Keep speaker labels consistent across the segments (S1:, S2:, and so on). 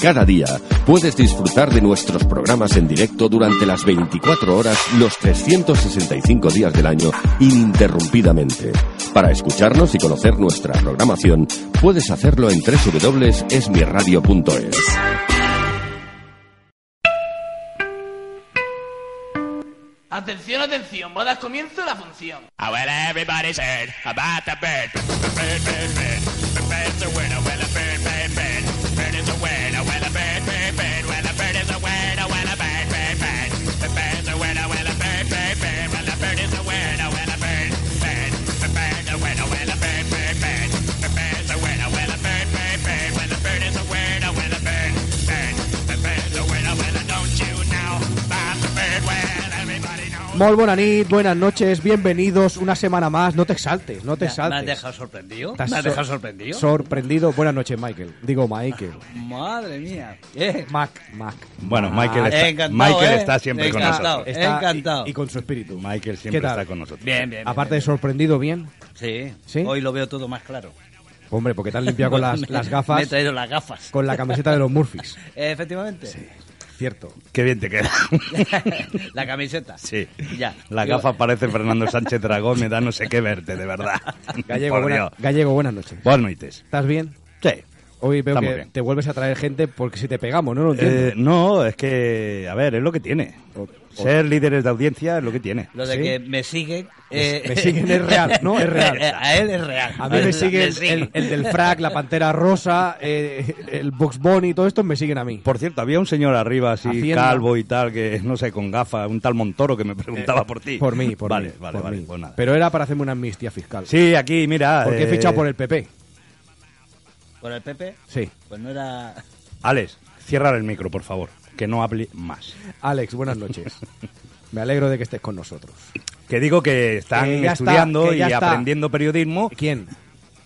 S1: Cada día puedes disfrutar de nuestros programas en directo durante las 24 horas, los 365 días del año, ininterrumpidamente. Para escucharnos y conocer nuestra programación, puedes hacerlo en www.esmirradio.es.
S2: Atención, atención, bodas comienzo la función.
S3: Oh, well, everybody's heard about the bird. The bird, bird, bird. The bird's a word. Oh, well, a bird, bird, bird. Bird is a word. Oh, well, a bird, bird, bird. Well, a bird is a word. Oh, well, a bird, bird, bird. The bird's a word. Oh, well, a bird, bird, bird. Well, a bird is a word. Oh, well, a bird, bird. The bird's a word. Oh, well, a bird, bird, bird. The bird's a word. Oh, well, a bird, bird, bird. Well, a bird is a word. Oh, well, a bird, bird. The bird's a word. Oh, well, don't you know about the bird? Well, everybody knows.
S4: Mol Bonanit, buenas noches, bienvenidos una semana más. No te exaltes, no te
S5: Me ha- Me
S4: exaltes.
S5: has dejado sorprendido.
S4: Estás
S5: Me has
S4: sor-
S5: dejado sorprendido.
S4: Sorprendido. Buenas noches, Michael. Digo, Michael.
S5: Madre mía. Eh,
S4: Mac, Mac.
S6: Bueno, Michael
S4: Mac.
S6: está,
S5: Eh, encantado,
S6: Michael
S5: eh.
S6: está siempre con
S5: Encantado.
S6: nosotros.
S5: encantado.
S4: Y, y con su espíritu.
S6: Michael
S4: ¿Qué
S6: siempre
S4: tal?
S6: está con nosotros.
S5: Bien, bien, bien.
S4: Aparte de sorprendido, bien.
S5: Sí.
S4: ¿Sí?
S5: Hoy lo veo todo más claro.
S4: Hombre, porque te has limpiado con las, las
S5: Me he
S4: gafas,
S5: traído las gafas.
S4: con la camiseta de los Murphys.
S5: Eh, Efectivamente.
S4: Cierto.
S6: Qué bien te queda.
S5: la camiseta.
S6: sí.
S5: Ya.
S6: La
S5: Digo,
S6: gafa parece Fernando Sánchez Dragón, me da no sé qué verte, de verdad.
S4: Gallego,
S6: Por
S4: buena-
S6: Dios.
S4: Gallego buenas noches.
S6: Buenas noches.
S4: ¿Estás bien?
S6: Sí.
S4: Hoy veo
S6: Estamos
S4: que
S6: bien.
S4: te vuelves a traer gente porque si te pegamos, ¿no? Lo entiendo.
S6: Eh, no, es que, a ver, es lo que tiene.
S5: Eh,
S4: O-
S6: Ser líderes de audiencia es lo que tiene.
S5: Lo de
S4: ¿Sí?
S5: que me siguen. eh,
S4: me siguen es real, ¿no? Es real.
S5: Eh, A él es real.
S4: A mí me siguen
S5: siguen.
S4: el, el del frac, la pantera rosa, eh, el box bunny, todo esto me siguen a mí.
S6: Por cierto, había un señor arriba así,
S4: Hacienda. Eh,
S6: calvo y tal, que no sé, con gafas, un tal Montoro que me preguntaba por ti.
S4: Por mí, por
S6: vale,
S4: mí.
S6: Vale,
S4: por
S6: vale,
S4: mí.
S6: pues nada.
S4: Pero era para hacerme una amnistía fiscal.
S6: Sí, aquí, mira.
S4: Porque he
S6: eh,
S4: fichado por el PP.
S5: Por el Pepe.
S4: Sí.
S5: Pues no era.
S6: Alex, cierra el micro, por favor, que no hable más.
S4: Alex, buenas noches. Me alegro de que estés con nosotros.
S6: Que digo que están
S4: Que ya está,
S6: estudiando
S4: que ya
S6: y
S4: está.
S6: aprendiendo periodismo.
S4: ¿Quién?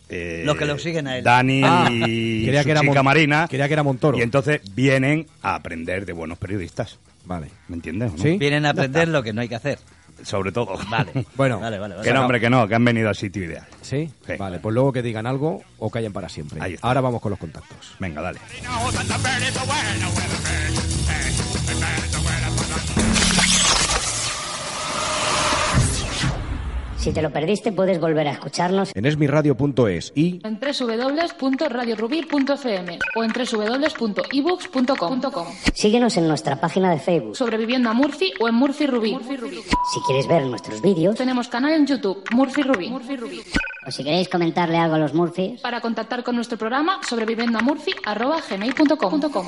S6: eh,
S5: Los que lo siguen a él.
S6: Dani
S4: Ah,
S6: y
S4: quería
S6: su
S4: que era
S6: chica
S4: Mon-
S6: Marina.
S4: quería que era Montoro.
S6: Y entonces vienen a aprender de buenos periodistas.
S4: Vale.
S6: ¿Me entiendes? o no?
S4: ¿Sí?
S5: Vienen a aprender lo que no hay que hacer.
S6: Sobre todo.
S5: Vale.
S4: Bueno,
S5: vale, vale. vale.
S6: que no, hombre, que no, que han venido al sitio ideal.
S4: ¿Sí?
S6: Sí.
S4: Vale, pues luego que digan algo o callen para siempre.
S6: Ahí está.
S4: Ahora vamos con los contactos.
S6: Venga, dale.
S3: knows that the bird is a word. Oh, well, a bird, bird. The bird's a word. Oh, well, a
S7: Si te lo perdiste, puedes volver a escucharnos
S4: En esmiradio.es y
S8: en www.radiorubir.fm o en www.ebooks.com.
S7: síguenos en nuestra página de Facebook.
S8: Sobre vivienda Murphy o en Murphy Rubí.
S7: Si quieres ver nuestros vídeos
S8: Tenemos canal en YouTube, Murphy Rubí.
S7: o si queréis comentarle algo a los Murphys,
S8: Para contactar con nuestro programa, sobrevivendamurphy.gmail.com.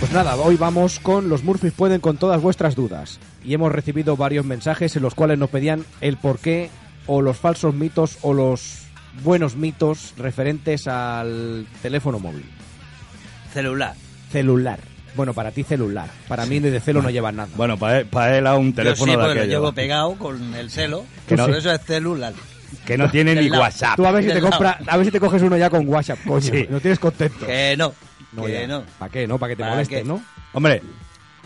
S4: Pues nada, hoy vamos con los Murphys pueden con todas vuestras dudas. Y hemos recibido varios mensajes en los cuales nos pedían el porqué o los falsos mitos o los buenos mitos referentes al teléfono móvil.
S5: Celular.
S4: Celular. Bueno, para ti celular. Para mí de celo no lleva nada.
S6: Bueno, para él, pa' él a un
S5: Yo sí,
S6: teléfono
S5: porque
S6: de
S5: lo
S6: aquello.
S5: llevo pegado con el celo.
S4: Que no-
S5: Por eso es celular.
S6: Que no tiene ni WhatsApp.
S4: Tú a ver si te compra, a ver si te coges uno ya con WhatsApp, coño.
S6: Sí.
S4: No tienes contento.
S5: Que no.
S4: No,
S5: que
S4: ya.
S5: no.
S4: ¿Para qué? No, para que te
S5: ¿Para
S4: molestes,
S5: qué?
S4: ¿no?
S6: Hombre,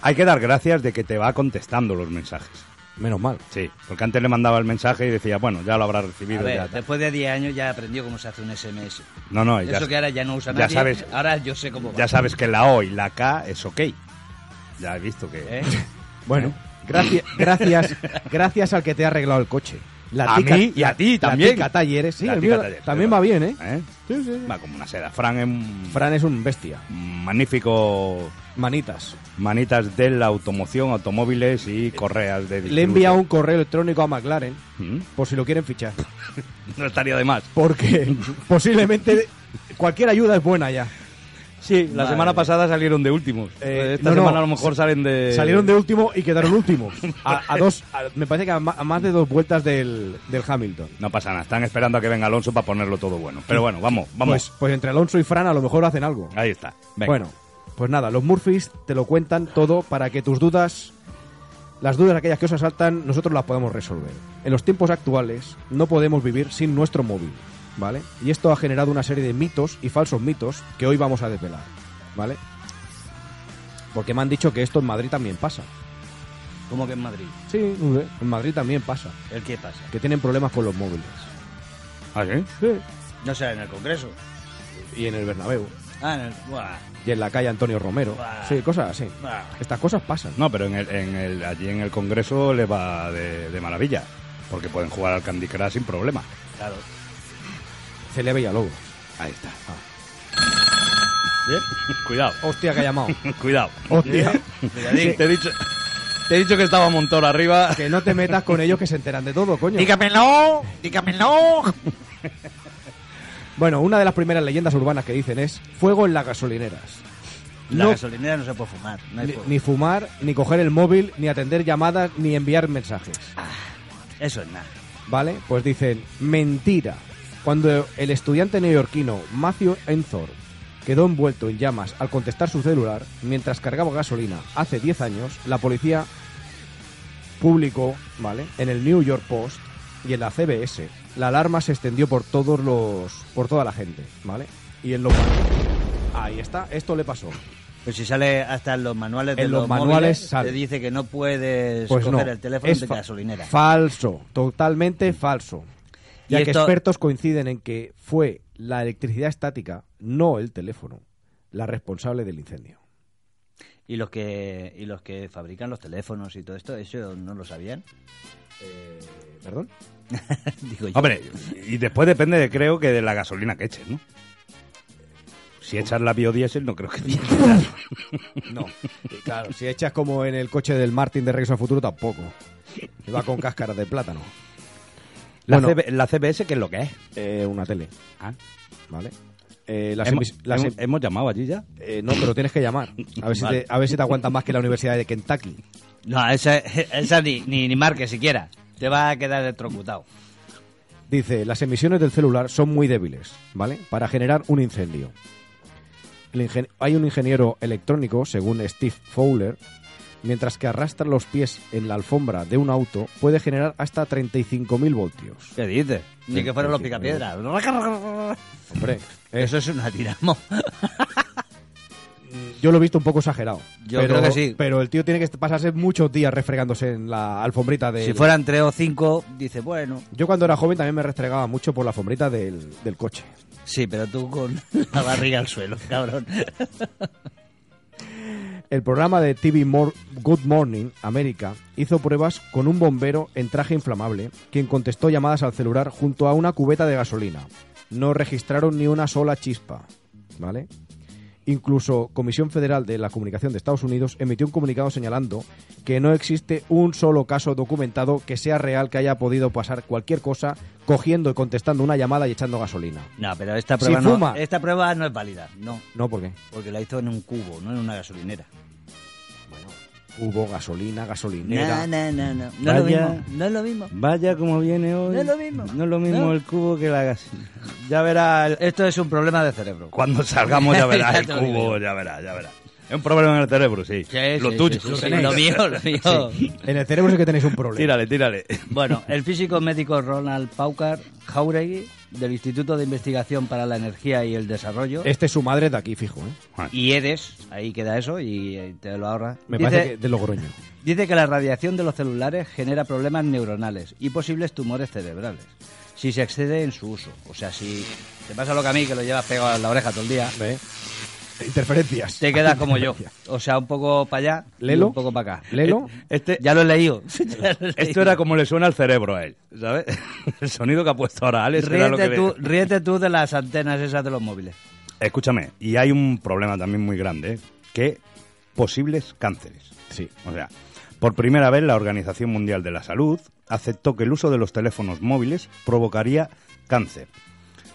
S6: hay que dar gracias de que te va contestando los mensajes.
S4: Menos mal.
S6: Sí, porque antes le mandaba el mensaje y decía, bueno, ya lo habrá
S5: A
S6: recibido.
S5: ver,
S6: ya tal.
S5: después de 10 años ya aprendió cómo se hace un SMS.
S6: No, no, ya,
S5: Eso que ahora ya no usa
S6: ya
S5: nadie,
S6: sabes-
S5: ahora yo sé cómo va.
S6: ya sabes que la O y la K es ok. Ya he visto que...
S5: ¿Eh?
S4: Bueno, gracias, gracias, gracias al que te ha arreglado el coche. La
S6: A
S4: tica-
S6: mí y a ti
S4: la
S6: también.
S4: tica talleres, sí,
S6: La
S4: el
S6: tica
S4: mío
S6: taller,
S4: también
S6: sí,
S4: va bien, ¿eh?
S6: ¿Eh?
S4: Sí, sí, sí.
S6: Va como una seda. Fran es un
S4: Fran es un bestia.
S6: magnífico
S4: Manitas.
S6: manitas de la automoción, automóviles y correas de
S4: Le he enviado un correo electrónico a McLaren
S6: ¿Mm?
S4: por si lo quieren fichar.
S6: No estaría de más.
S4: Porque posiblemente cualquier ayuda es buena ya.
S6: Sí, la
S5: Madre
S6: semana
S5: mía.
S6: pasada salieron de últimos.
S4: Eh,
S6: Esta
S4: no, no.
S6: semana a lo mejor salen de...
S4: Salieron de último y quedaron últimos. A, a dos, a- me parece que a, ma- a más de dos vueltas del, del Hamilton.
S6: No pasa nada, están esperando a que venga Alonso para ponerlo todo bueno. Pero bueno, vamos,
S4: Pues,
S6: vamos.
S4: pues entre Alonso y Fran a lo mejor hacen algo.
S6: Pues, Ahí está. Venga.
S4: Bueno, pues nada, los Murphys te lo cuentan todo para que tus dudas, las dudas aquellas que os asaltan, nosotros las podamos resolver. En los tiempos actuales no podemos vivir sin nuestro móvil, ¿vale? Y esto ha generado una serie de mitos y falsos mitos que hoy vamos a desvelar, ¿vale? Porque me han dicho que esto en Madrid también pasa.
S5: ¿Cómo que en Madrid?
S4: Sí, no sé, en Madrid también pasa.
S5: ¿El qué pasa?
S4: Que tienen problemas con los móviles.
S6: ¿Ah, sí?
S5: No será en el Congreso.
S4: Y en el Bernabéu.
S5: Ah, en el... Buah,
S4: Y en la calle Antonio Romero.
S5: Buah.
S4: Sí, cosas así.
S5: buah.
S4: Estas cosas pasan.
S6: No, pero en el, en el- allí en el Congreso le va de, de maravilla. Porque pueden jugar al Candy Crush sin problema.
S5: Claro.
S4: Celia Villalobos.
S6: Ahí está. ¿Bien? ¿Eh? Cuidado,
S4: Hostia, que ha llamado.
S6: cuidado.
S4: Hostia.
S5: Cuidadín.
S6: Te he dicho, te he dicho que estaba Montoro arriba.
S4: Que no te metas con ellos que se enteran de todo, coño.
S5: Dígamelo, dígamelo.
S4: Bueno, una de las primeras leyendas urbanas que dicen es fuego en las gasolineras.
S5: La
S4: No-
S5: gasolinera no se puede fumar. No hay
S4: ni,
S5: fuego.
S4: ni fumar, ni coger el móvil, ni atender llamadas, ni enviar mensajes.
S5: Eso es nada.
S4: ¿Vale? Pues dicen, mentira. Cuando el estudiante neoyorquino Matthew Enzor quedó envuelto en llamas al contestar su celular mientras cargaba gasolina hace 10 años, la policía publicó, ¿vale? En el New York Post y en la CBS, la alarma se extendió por todos los por toda la gente, ¿vale? Y en los manu- Ahí está, esto le pasó.
S5: Pues si sale hasta en los manuales de
S4: En los manuales
S5: móviles,
S4: sale.
S5: te dice que no puedes
S4: Pues no.
S5: coger el teléfono
S4: es
S5: de
S4: fa-
S5: gasolinera.
S4: Falso, totalmente falso.
S5: Y
S4: Ya que
S5: esto-
S4: expertos coinciden en que fue la electricidad estática, no el teléfono, la responsable del incendio.
S5: Y los que y los que fabrican los teléfonos y todo esto, eso no lo sabían.
S4: ¿Perdón?
S5: Digo yo.
S6: Hombre, y después depende, de, creo que de la gasolina que eches, ¿no? Si echas la biodiesel, no creo que.
S4: No. Y claro, si echas como en el coche del Martin de Regreso al Futuro, tampoco. Que Va con cáscaras de plátano.
S6: La,
S4: Bueno,
S6: CB la CBS, ¿qué es lo que es?
S4: eh, una tele,
S6: Ah,
S4: ¿vale? Eh, las
S6: hemos,
S4: emis- las
S6: hemos-
S4: em-
S6: hemos llamado allí ya.
S4: eh, no, pero tienes que llamar. A ver, si
S5: Vale.
S4: te, a ver si te aguantan más que la Universidad de Kentucky.
S5: No, esa, esa ni, ni, ni marque siquiera. Te va a quedar electrocutado.
S4: Dice, las emisiones del celular son muy débiles, ¿vale? Para generar un incendio. El ingen- hay un ingeniero electrónico, según Steve Fowler, mientras que arrastra los pies en la alfombra de un auto, puede generar hasta 35.000 voltios.
S5: ¿Qué dices? Ni
S4: Sí,
S5: que fueran
S4: sí,
S5: los
S4: sí.
S5: picapiedras.
S4: Hombre,
S5: Eso es una tiramo.
S4: yo lo he visto un poco exagerado.
S5: Yo
S4: pero,
S5: creo que sí.
S4: Pero el tío tiene que est- pasarse muchos días refregándose en la alfombrita de...
S5: Si fueran tres o cinco, dice, bueno.
S4: Yo cuando era joven también me restregaba mucho por la alfombrita del, del coche.
S5: Sí, pero tú con la barriga al suelo, cabrón.
S4: El programa de TV Mor- Good Morning América hizo pruebas con un bombero en traje inflamable, quien contestó llamadas al celular junto a una cubeta de gasolina. No registraron ni una sola chispa, ¿vale? Incluso Comisión Federal de la Comunicación de Estados Unidos emitió un comunicado señalando que no existe un solo caso documentado que sea real que haya podido pasar cualquier cosa cogiendo y contestando una llamada y echando gasolina.
S5: No, pero esta
S4: Si
S5: prueba, no,
S4: fuma.
S5: esta prueba no es válida. No,
S4: No, ¿por qué?
S5: porque la hizo en un cubo, no en una gasolinera.
S4: Hubo gasolina, gasolinera.
S5: No, no, no, no. No es lo
S6: Vaya.
S5: mismo. No es lo mismo.
S6: Vaya como viene hoy.
S5: No es lo mismo.
S6: No es lo mismo
S5: No.
S6: el cubo que la gasolina. Ya verá. el-
S5: Esto es un problema de cerebro.
S6: Cuando salgamos ya verá
S5: Ya
S6: el
S5: te lo digo
S6: cubo,
S5: yo.
S6: ya verá, ya verá. Es un problema en el cerebro, sí. lo
S5: sí,
S6: tuyo.
S5: sí, sí, sí, lo mío, lo mío.
S4: En el cerebro sí que tenéis un problema.
S6: Tírale, tírale.
S5: Bueno, el físico médico Ronald Paucar Jauregui, del Instituto de Investigación para la Energía y el Desarrollo,
S4: Este es su madre de aquí, fijo,
S6: Ah.
S4: ¿eh?
S5: y EDES, ahí queda eso y eh, te lo ahorras.
S4: Me
S5: Dice-
S4: parece que de Logroño.
S5: Dice que la radiación de los celulares genera problemas neuronales y posibles tumores cerebrales si se excede en su uso. O sea, si te pasa lo que a mí, que lo llevas pegado a la oreja todo el día,
S4: ¿eh? Interferencias.
S5: te quedas como yo. O sea, un poco para allá, y
S4: Lelo.
S5: un poco para acá. Eh,
S4: Lelo.
S6: Este,
S5: Ya lo he leído. Ya lo he
S6: esto
S5: leído.
S6: era como le suena al cerebro a él, ¿sabes? El sonido que ha puesto ahora Alex era lo que
S5: Ríete
S6: le-
S5: tú, ríete tú de las antenas esas de los móviles.
S6: Escúchame, y hay un problema también muy grande, ¿eh? que posibles cánceres.
S4: Sí.
S6: O sea, por primera vez la Organización Mundial de la Salud aceptó que el uso de los teléfonos móviles provocaría cáncer,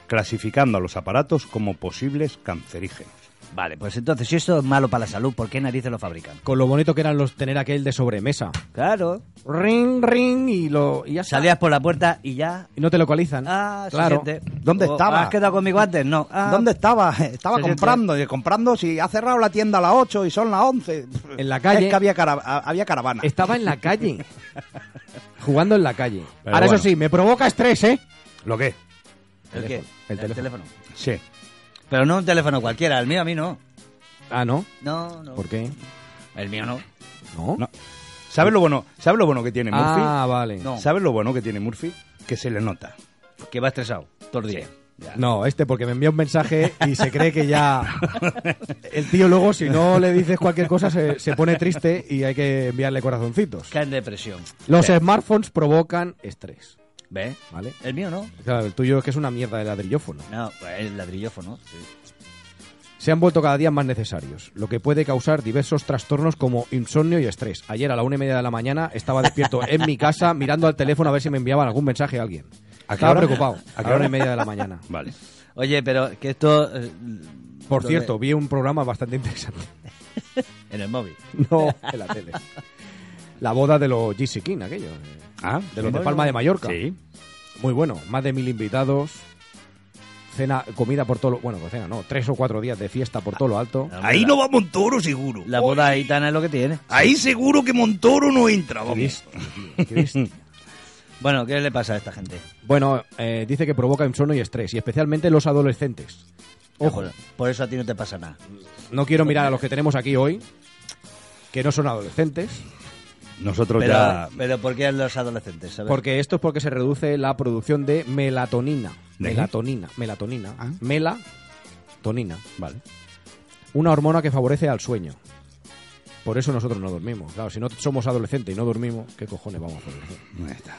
S6: clasificando a los aparatos como posibles cancerígenos.
S5: Vale, pues entonces, si esto es malo para la salud, ¿por qué narices lo fabrican?
S4: Con lo bonito que eran los tener aquel de sobremesa.
S5: Claro.
S4: Ring, ring y lo y ya está.
S5: Salías por la puerta y ya.
S4: Y no te localizan.
S5: Ah, se
S4: claro.
S5: siente.
S6: ¿Dónde
S4: Oh,
S5: O,
S6: estaba?
S4: ah,
S5: ¿Has quedado conmigo antes? No. Ah,
S6: estaba? Estaba
S5: Se siente. comprando,
S6: y comprando si ha cerrado la tienda a las 8 y son las 11.
S4: En la calle. Es que
S6: había, había caravana.
S4: Estaba en la calle. Jugando en la calle.
S6: Pero
S4: Ahora
S6: bueno.
S4: eso sí, me provoca estrés, ¿eh?
S6: ¿Lo qué?
S5: ¿El qué?
S4: El teléfono.
S6: Sí.
S5: Pero no un teléfono cualquiera, el mío a mí no.
S4: Ah, ¿no?
S5: No, no.
S4: ¿Por qué?
S5: El mío no.
S4: No.
S6: No. ¿Sabes lo bueno, ¿sabes lo bueno que tiene Murphy?
S4: Ah, vale.
S5: No.
S6: ¿Sabes lo bueno que tiene Murphy? Que se le nota.
S5: Que va estresado todo el día.
S4: No, este porque me envía un mensaje y se cree que ya... El tío luego, si no le dices cualquier cosa, se, se pone triste y hay que enviarle corazoncitos.
S5: Cae en depresión.
S4: Los smartphones provocan estrés,
S5: ¿Ves?
S4: ¿vale?
S5: El mío no.
S4: Claro, el tuyo es que es una mierda de ladrillófono.
S5: No, pues el ladrillófono. sí.
S4: Se han vuelto cada día más necesarios, lo que puede causar diversos trastornos como insomnio y estrés. Ayer a la una y media de la mañana estaba despierto en mi casa mirando al teléfono a ver si me enviaban algún mensaje a alguien.
S6: ¿A qué
S4: Estaba
S6: hora?
S4: preocupado.
S6: ¿A qué
S4: A la
S6: hora?
S4: una y media de la mañana.
S6: Vale.
S5: Oye, pero que esto... eh,
S4: Por
S5: ¿dónde?
S4: cierto, vi un programa bastante interesante.
S5: En el móvil.
S4: No, en la tele. La boda de los GC King, aquello. eh,
S6: Ah,
S4: De los de Palma de Mallorca.
S6: Sí.
S4: Muy bueno. Más de mil invitados. Cena, comida por todo lo... Bueno, pues cena no. Tres o cuatro días de fiesta por todo lo alto.
S6: Ahí no va Montoro seguro.
S5: La boda gitana es lo que tiene.
S6: Ahí seguro que Montoro no entra. vamos.
S4: Cristo, tío, Cristo.
S5: Bueno, ¿qué le pasa a esta gente?
S4: Bueno, eh, dice que provoca insomnio y estrés, y especialmente los adolescentes. Ojo, Pues
S5: Por- Por eso a ti no te pasa nada.
S4: no quiero mirar a los que tenemos aquí hoy, que no son adolescentes,
S6: Nosotros
S5: Pero,
S6: ya...
S5: pero ¿por qué a los adolescentes? ¿sabes?
S4: porque esto es porque se reduce la producción de melatonina.
S6: ¿De qué?
S4: Melatonina, melatonina.
S6: Ah.
S4: Melatonina.
S6: Vale.
S4: Una hormona que favorece al sueño. Por eso nosotros no dormimos. Claro, si no somos adolescentes y no dormimos, ¿qué cojones vamos a hacer?
S6: Ahí está.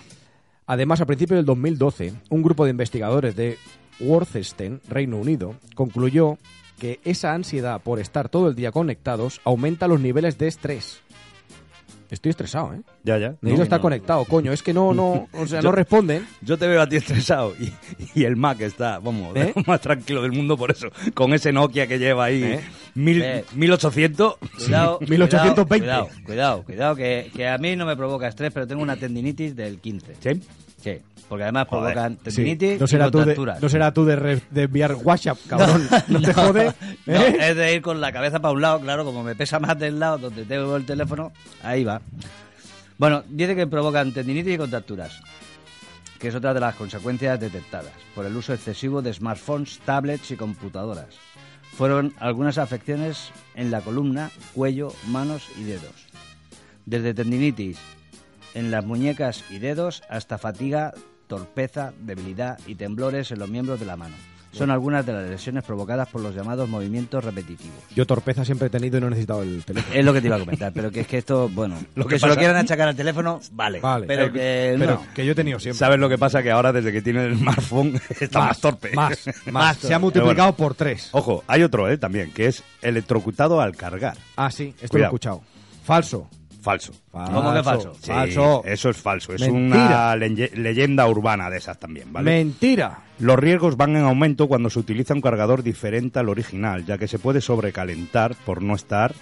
S4: Además, a principios del 2012, un grupo de investigadores de Worcester, Reino Unido, concluyó que esa ansiedad por estar todo el día conectados aumenta los niveles de estrés. Estoy estresado, ¿eh?
S6: Ya, ya.
S4: Necesito
S6: No,
S4: estar
S6: no.
S4: conectado, coño. Es que no, no, o sea,
S6: Yo-
S4: no responden.
S6: Yo te veo a ti estresado y, y el Mac está, vamos,
S4: ¿Eh?
S6: más tranquilo del mundo por eso. Con ese Nokia que lleva ahí,
S4: ¿Eh?
S6: mil,
S5: Eh.
S6: 1800.
S5: Cuidado,
S4: 1820.
S5: Cuidado, cuidado, cuidado que, que a mí no me provoca estrés, pero tengo una tendinitis del 15.
S6: ¿Sí?
S5: Sí, porque además
S6: Joder.
S5: provocan
S4: Sí.
S5: tendinitis
S4: No será
S5: y
S4: tú de,
S5: contracturas.
S4: no será tú de, re- de enviar WhatsApp, cabrón. No, te jode.
S5: No,
S4: ¿eh?
S5: es de ir con la cabeza para un lado, claro, como me pesa más del lado donde tengo el teléfono, ahí va. Bueno, dice que provocan tendinitis y contracturas, que es otra de las consecuencias detectadas por el uso excesivo de smartphones, tablets y computadoras. Fueron algunas afecciones en la columna, cuello, manos y dedos. Desde tendinitis en las muñecas y dedos hasta fatiga, torpeza, debilidad y temblores en los miembros de la mano. Son algunas de las lesiones provocadas por los llamados movimientos repetitivos.
S4: Yo torpeza siempre he tenido y no he necesitado el teléfono.
S5: Es lo que te iba a comentar, pero que es que esto, bueno,
S6: Lo
S5: lo
S6: que
S5: que, se lo
S6: pasa-
S5: quieran achacar al teléfono,
S6: Eh,
S5: vale.
S4: Vale. Eh,
S5: Pero que
S4: Pero
S5: no.
S4: que yo he tenido siempre.
S6: ¿Sabes lo que pasa? Que ahora desde que tiene el smartphone está más, torpe.
S4: Más, más. Se ha
S6: Pero
S4: multiplicado
S6: bueno.
S4: por tres.
S6: Ojo, hay otro eh, también, que es electrocutado al cargar.
S4: Ah, sí, esto lo
S6: Cuidado.
S4: he escuchado. Falso.
S6: Falso.
S5: ¿Cómo que falso?
S6: Sí,
S4: Ah, Falso.
S6: Eso es falso. Es
S4: Mentira.
S6: una leye- leyenda urbana de esas también, ¿vale?
S4: Mentira.
S6: Los riesgos van en aumento cuando se utiliza un cargador diferente al original, ya que se puede sobrecalentar por no estar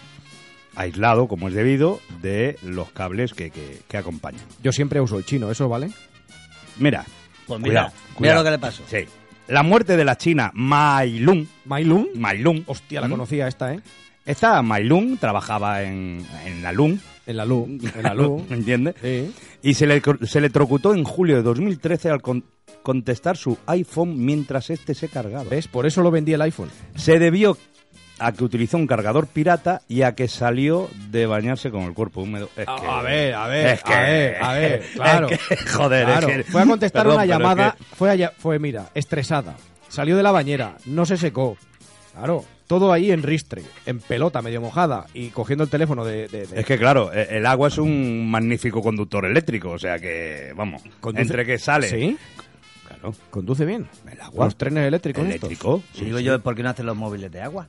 S6: aislado, como es debido, de los cables que, que- que acompañan.
S4: Yo siempre uso el chino, ¿eso vale?
S6: Mira, cuidado,
S5: Pues mira, mira
S6: cuidado.
S5: lo que le pasó.
S6: Sí. La muerte de la china Mai Lung,
S4: Mailun.
S6: Mai Lung,
S4: Hostia, la
S6: ¿Mm?
S4: conocía esta, ¿eh?
S6: Esta Mailung trabajaba en, en la LUM.
S4: En la LUM, en la LUM.
S6: ¿Entiendes?
S4: Sí.
S6: Y se, le, se electrocutó en julio de 2013 al con- contestar su iPhone mientras este se cargaba.
S4: ¿Ves? Por eso lo vendí el iPhone.
S6: Se debió a que utilizó un cargador pirata y a que salió de bañarse con el cuerpo húmedo. Es que-
S4: A ver, a ver,
S6: es que-
S4: a ver, a ver, claro.
S6: es que- joder,
S4: Claro,
S6: es que-
S4: fue a contestar
S6: perdón,
S4: una
S6: pero es
S4: llamada,
S6: que-
S4: fue, allá- fue, mira, estresada. Salió de la bañera, no se secó. Claro, todo ahí en ristre, en pelota, medio mojada y cogiendo el teléfono de. de- de-
S6: Es que claro, e- el agua es un magnífico conductor eléctrico, o sea que, vamos,
S4: Conduce-
S6: entre que sale,
S4: Sí,
S6: claro,
S4: conduce bien.
S6: el agua,
S4: Los trenes eléctricos. estos.
S6: eléctrico,
S5: Si digo yo, ¿por qué no hacen los móviles de agua?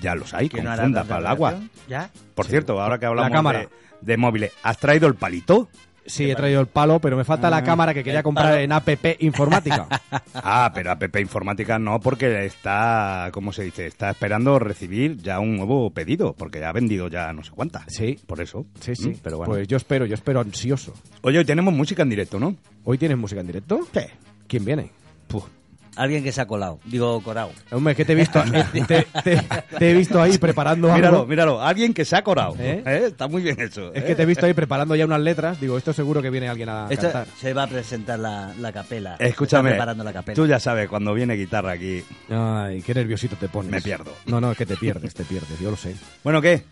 S6: ya los hay,
S5: Que
S6: con
S5: no harán
S6: funda
S5: tanta
S6: para el agua.
S5: radiación. ¿Ya?
S6: Por cierto, ahora que hablamos
S4: La cámara.
S6: De, de móviles, ¿has traído el palito?
S4: Sí, he traído el palo, pero me falta la cámara que quería comprar en APP Informática.
S6: Ah, pero APP Informática no, porque está, ¿cómo se dice? Está esperando recibir ya un nuevo pedido, porque ha vendido ya no sé cuántas.
S4: Sí.
S6: Por eso.
S4: Sí, sí.
S6: Mm, Pero bueno.
S4: Pues yo espero, yo espero ansioso.
S6: Oye, hoy tenemos música en directo, ¿no?
S4: ¿Hoy tienes música en directo? Sí. ¿Quién viene?
S5: Alguien que se ha colado. Digo, corao.
S4: Hombre, que te he visto, eh, te, te- te he visto ahí preparando
S6: Míralo,
S4: algo.
S6: míralo. Alguien que se ha corado.
S4: ¿Eh?
S6: ¿Eh? Está muy bien hecho.
S4: Es
S6: ¿eh?
S4: que te he visto ahí preparando ya unas letras. Digo, esto seguro que viene alguien a
S5: Esto-
S4: cantar.
S5: se va a presentar la, la capela. Se
S6: Escúchame.
S5: Está preparando la capela.
S6: Tú ya sabes, cuando viene guitarra aquí.
S4: Ay, qué nerviosito te pones.
S6: Me pierdo.
S4: No, no, es que te pierdes, te pierdes, yo lo sé.
S6: Bueno, ¿qué?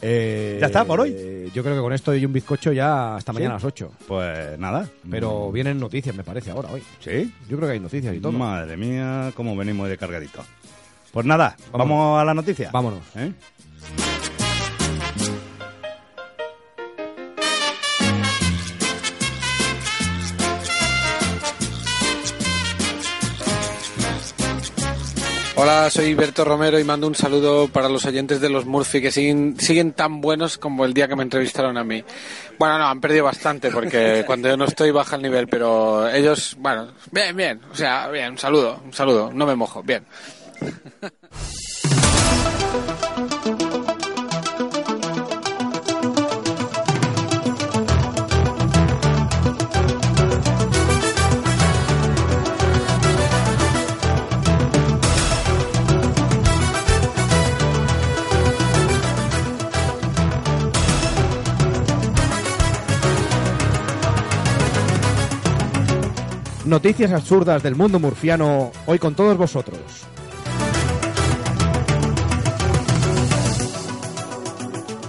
S4: Eh,
S6: ¿Ya está por hoy?
S4: eh, Yo creo que con esto y un bizcocho ya hasta mañana a las 8.
S6: Pues nada.
S4: Pero vienen noticias, me parece, ahora, hoy.
S6: ¿Sí?
S4: Yo creo que hay noticias y todo.
S6: Madre mía, cómo venimos de cargadito. Pues nada,
S4: Vámonos.
S6: vamos a la noticia.
S4: Vámonos.
S6: ¿Eh?
S9: Hola, soy Berto Romero y mando un saludo para los oyentes de los Murphy que siguen, siguen tan buenos como el día que me entrevistaron a mí. Bueno, no, han perdido bastante porque cuando yo no estoy baja el nivel, pero ellos, bueno, bien, bien, o sea, bien, un saludo, un saludo, no me mojo, bien.
S4: Noticias absurdas del mundo murciano, hoy con todos vosotros.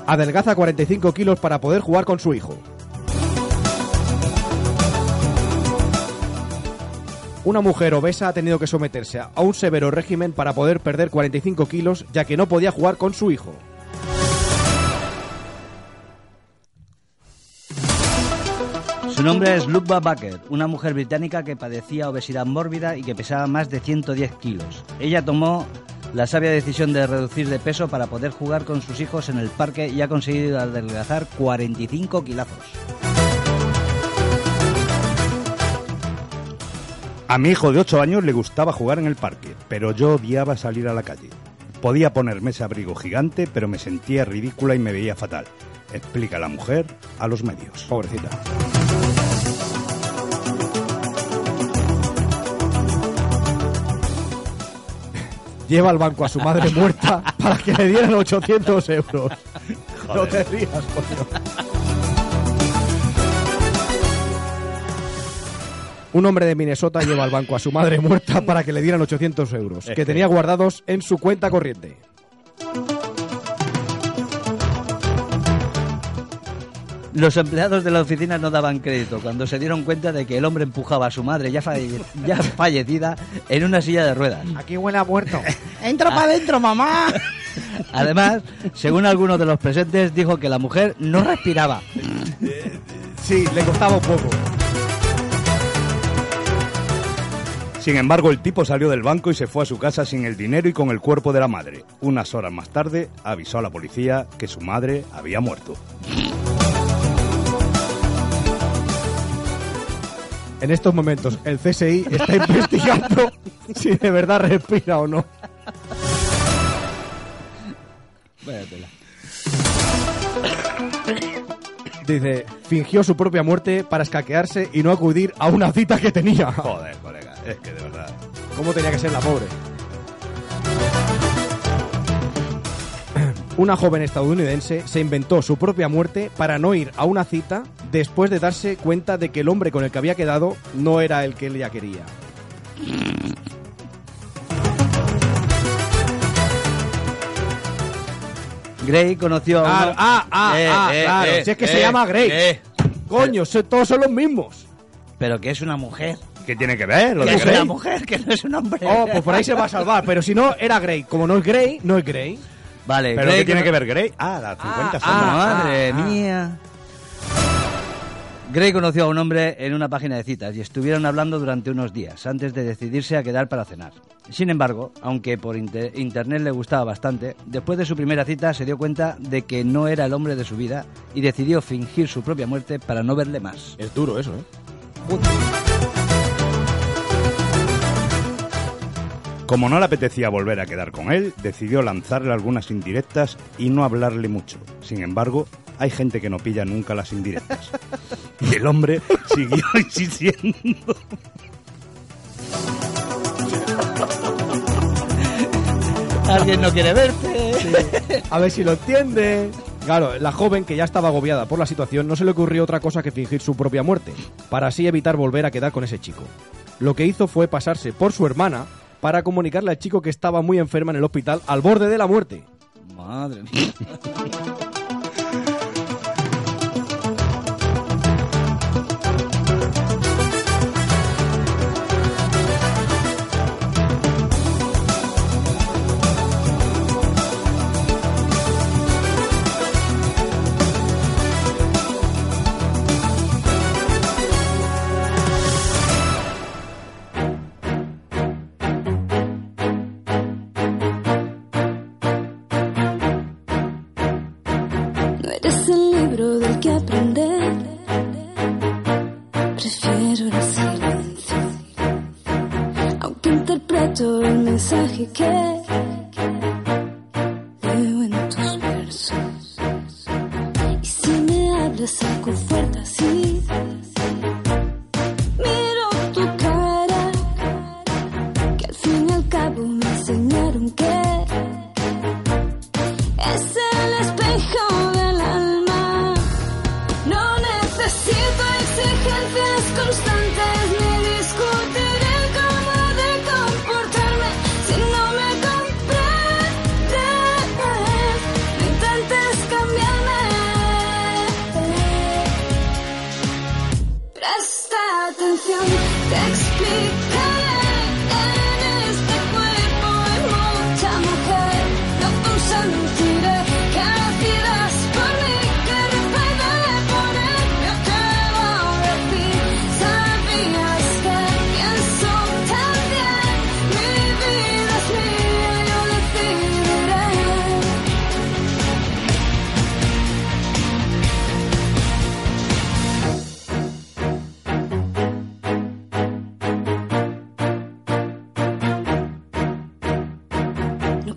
S4: Adelgaza 45 kilos para poder jugar con su hijo. Una mujer obesa ha tenido que someterse a un severo régimen para poder perder 45 kilos ya que no podía jugar con su hijo.
S5: Su nombre es Lubba Bucket, una mujer británica que padecía obesidad mórbida y que pesaba más de 110 kilos. Ella tomó la sabia decisión de reducir de peso para poder jugar con sus hijos en el parque y ha conseguido adelgazar 45 kilazos.
S6: A mi hijo de 8 años le gustaba jugar en el parque, pero yo odiaba salir a la calle. Podía ponerme ese abrigo gigante, pero me sentía ridícula y me veía fatal. Explica la mujer a los medios.
S4: Pobrecita. Lleva al banco a su madre muerta para que le dieran 800 euros. No te rías, coño. Un hombre de Minnesota lleva al banco a su madre muerta para que le dieran 800 euros, que tenía guardados en su cuenta corriente.
S5: Los empleados de la oficina no daban crédito cuando se dieron cuenta de que el hombre empujaba a su madre ya, falle- ya fallecida en una silla de ruedas.
S4: Aquí huele a muerto.
S5: ¡Entra para adentro, mamá! Además, según algunos de los presentes, dijo que la mujer no respiraba.
S4: Sí, le costaba un poco.
S6: Sin embargo, el tipo salió del banco y se fue a su casa sin el dinero y con el cuerpo de la madre. Unas horas más tarde avisó a la policía que su madre había muerto.
S4: En estos momentos, el CSI está investigando si de verdad respira o no. Dice, fingió su propia muerte para escaquearse y no acudir a una cita que tenía.
S6: Joder, colega, es que de verdad.
S4: ¿Cómo tenía que ser la pobre? una joven estadounidense se inventó su propia muerte para no ir a una cita después de darse cuenta de que el hombre con el que había quedado no era el que ella quería.
S5: Grey conoció a
S4: Ah,
S5: uno-
S4: ah, ah,
S5: Eh,
S4: ah,
S5: eh,
S4: claro.
S5: eh,
S4: si es que
S5: eh,
S4: se llama Grey.
S5: eh.
S4: Coño, se- todos son los mismos.
S5: Pero que es una mujer.
S6: ¿Qué tiene que ver?
S5: Que
S6: Lo de
S5: es
S6: Grey?
S5: una mujer, que no es un hombre.
S4: Oh, pues por ahí se va a salvar. Pero si no, era Grey. Como no es Grey, no es Grey.
S5: Vale,
S6: ¿Pero
S5: Grey
S6: qué tiene
S5: cono-
S6: que ver Grey? Ah, las 50
S4: ah,
S6: sombras.
S5: Madre
S4: ah, ah.
S5: mía. Grey conoció a un hombre en una página de citas y estuvieron hablando durante unos días antes de decidirse a quedar para cenar. Sin embargo, aunque por inte- internet le gustaba bastante, después de su primera cita se dio cuenta de que no era el hombre de su vida y decidió fingir su propia muerte para no verle más.
S4: Es duro eso, ¿eh?
S6: Como no le apetecía volver a quedar con él, decidió lanzarle algunas indirectas y no hablarle mucho. Sin embargo, hay gente que no pilla nunca las indirectas. Y el hombre siguió insistiendo.
S5: Alguien no quiere verte.
S4: A ver si lo entiende. Claro, la joven que ya estaba agobiada por la situación no se le ocurrió otra cosa que fingir su propia muerte, para así evitar volver a quedar con ese chico. Lo que hizo fue pasarse por su hermana para comunicarle al chico que estaba muy enferma en el hospital al borde de la muerte.
S5: Madre mía.
S10: No eres el libro del que aprender. Prefiero el silencio. Aunque interpreto el mensaje que leo en tus versos. Y si me hablas con fuerza, sí. Miro tu cara. Que al fin y al cabo me enseñaron que. Es el espejo del alma. No necesito exigencias constantes ni discutir el cómo de comportarme si no me comprendes. No intentes cambiarme. Presta atención, te explicaré. En este cuerpo hay mucha mujer. No consentiré que decidas por mí, que respetaré por él. Yo te lo decí, sabías que pienso también. Mi vida es mía, yo decidiré.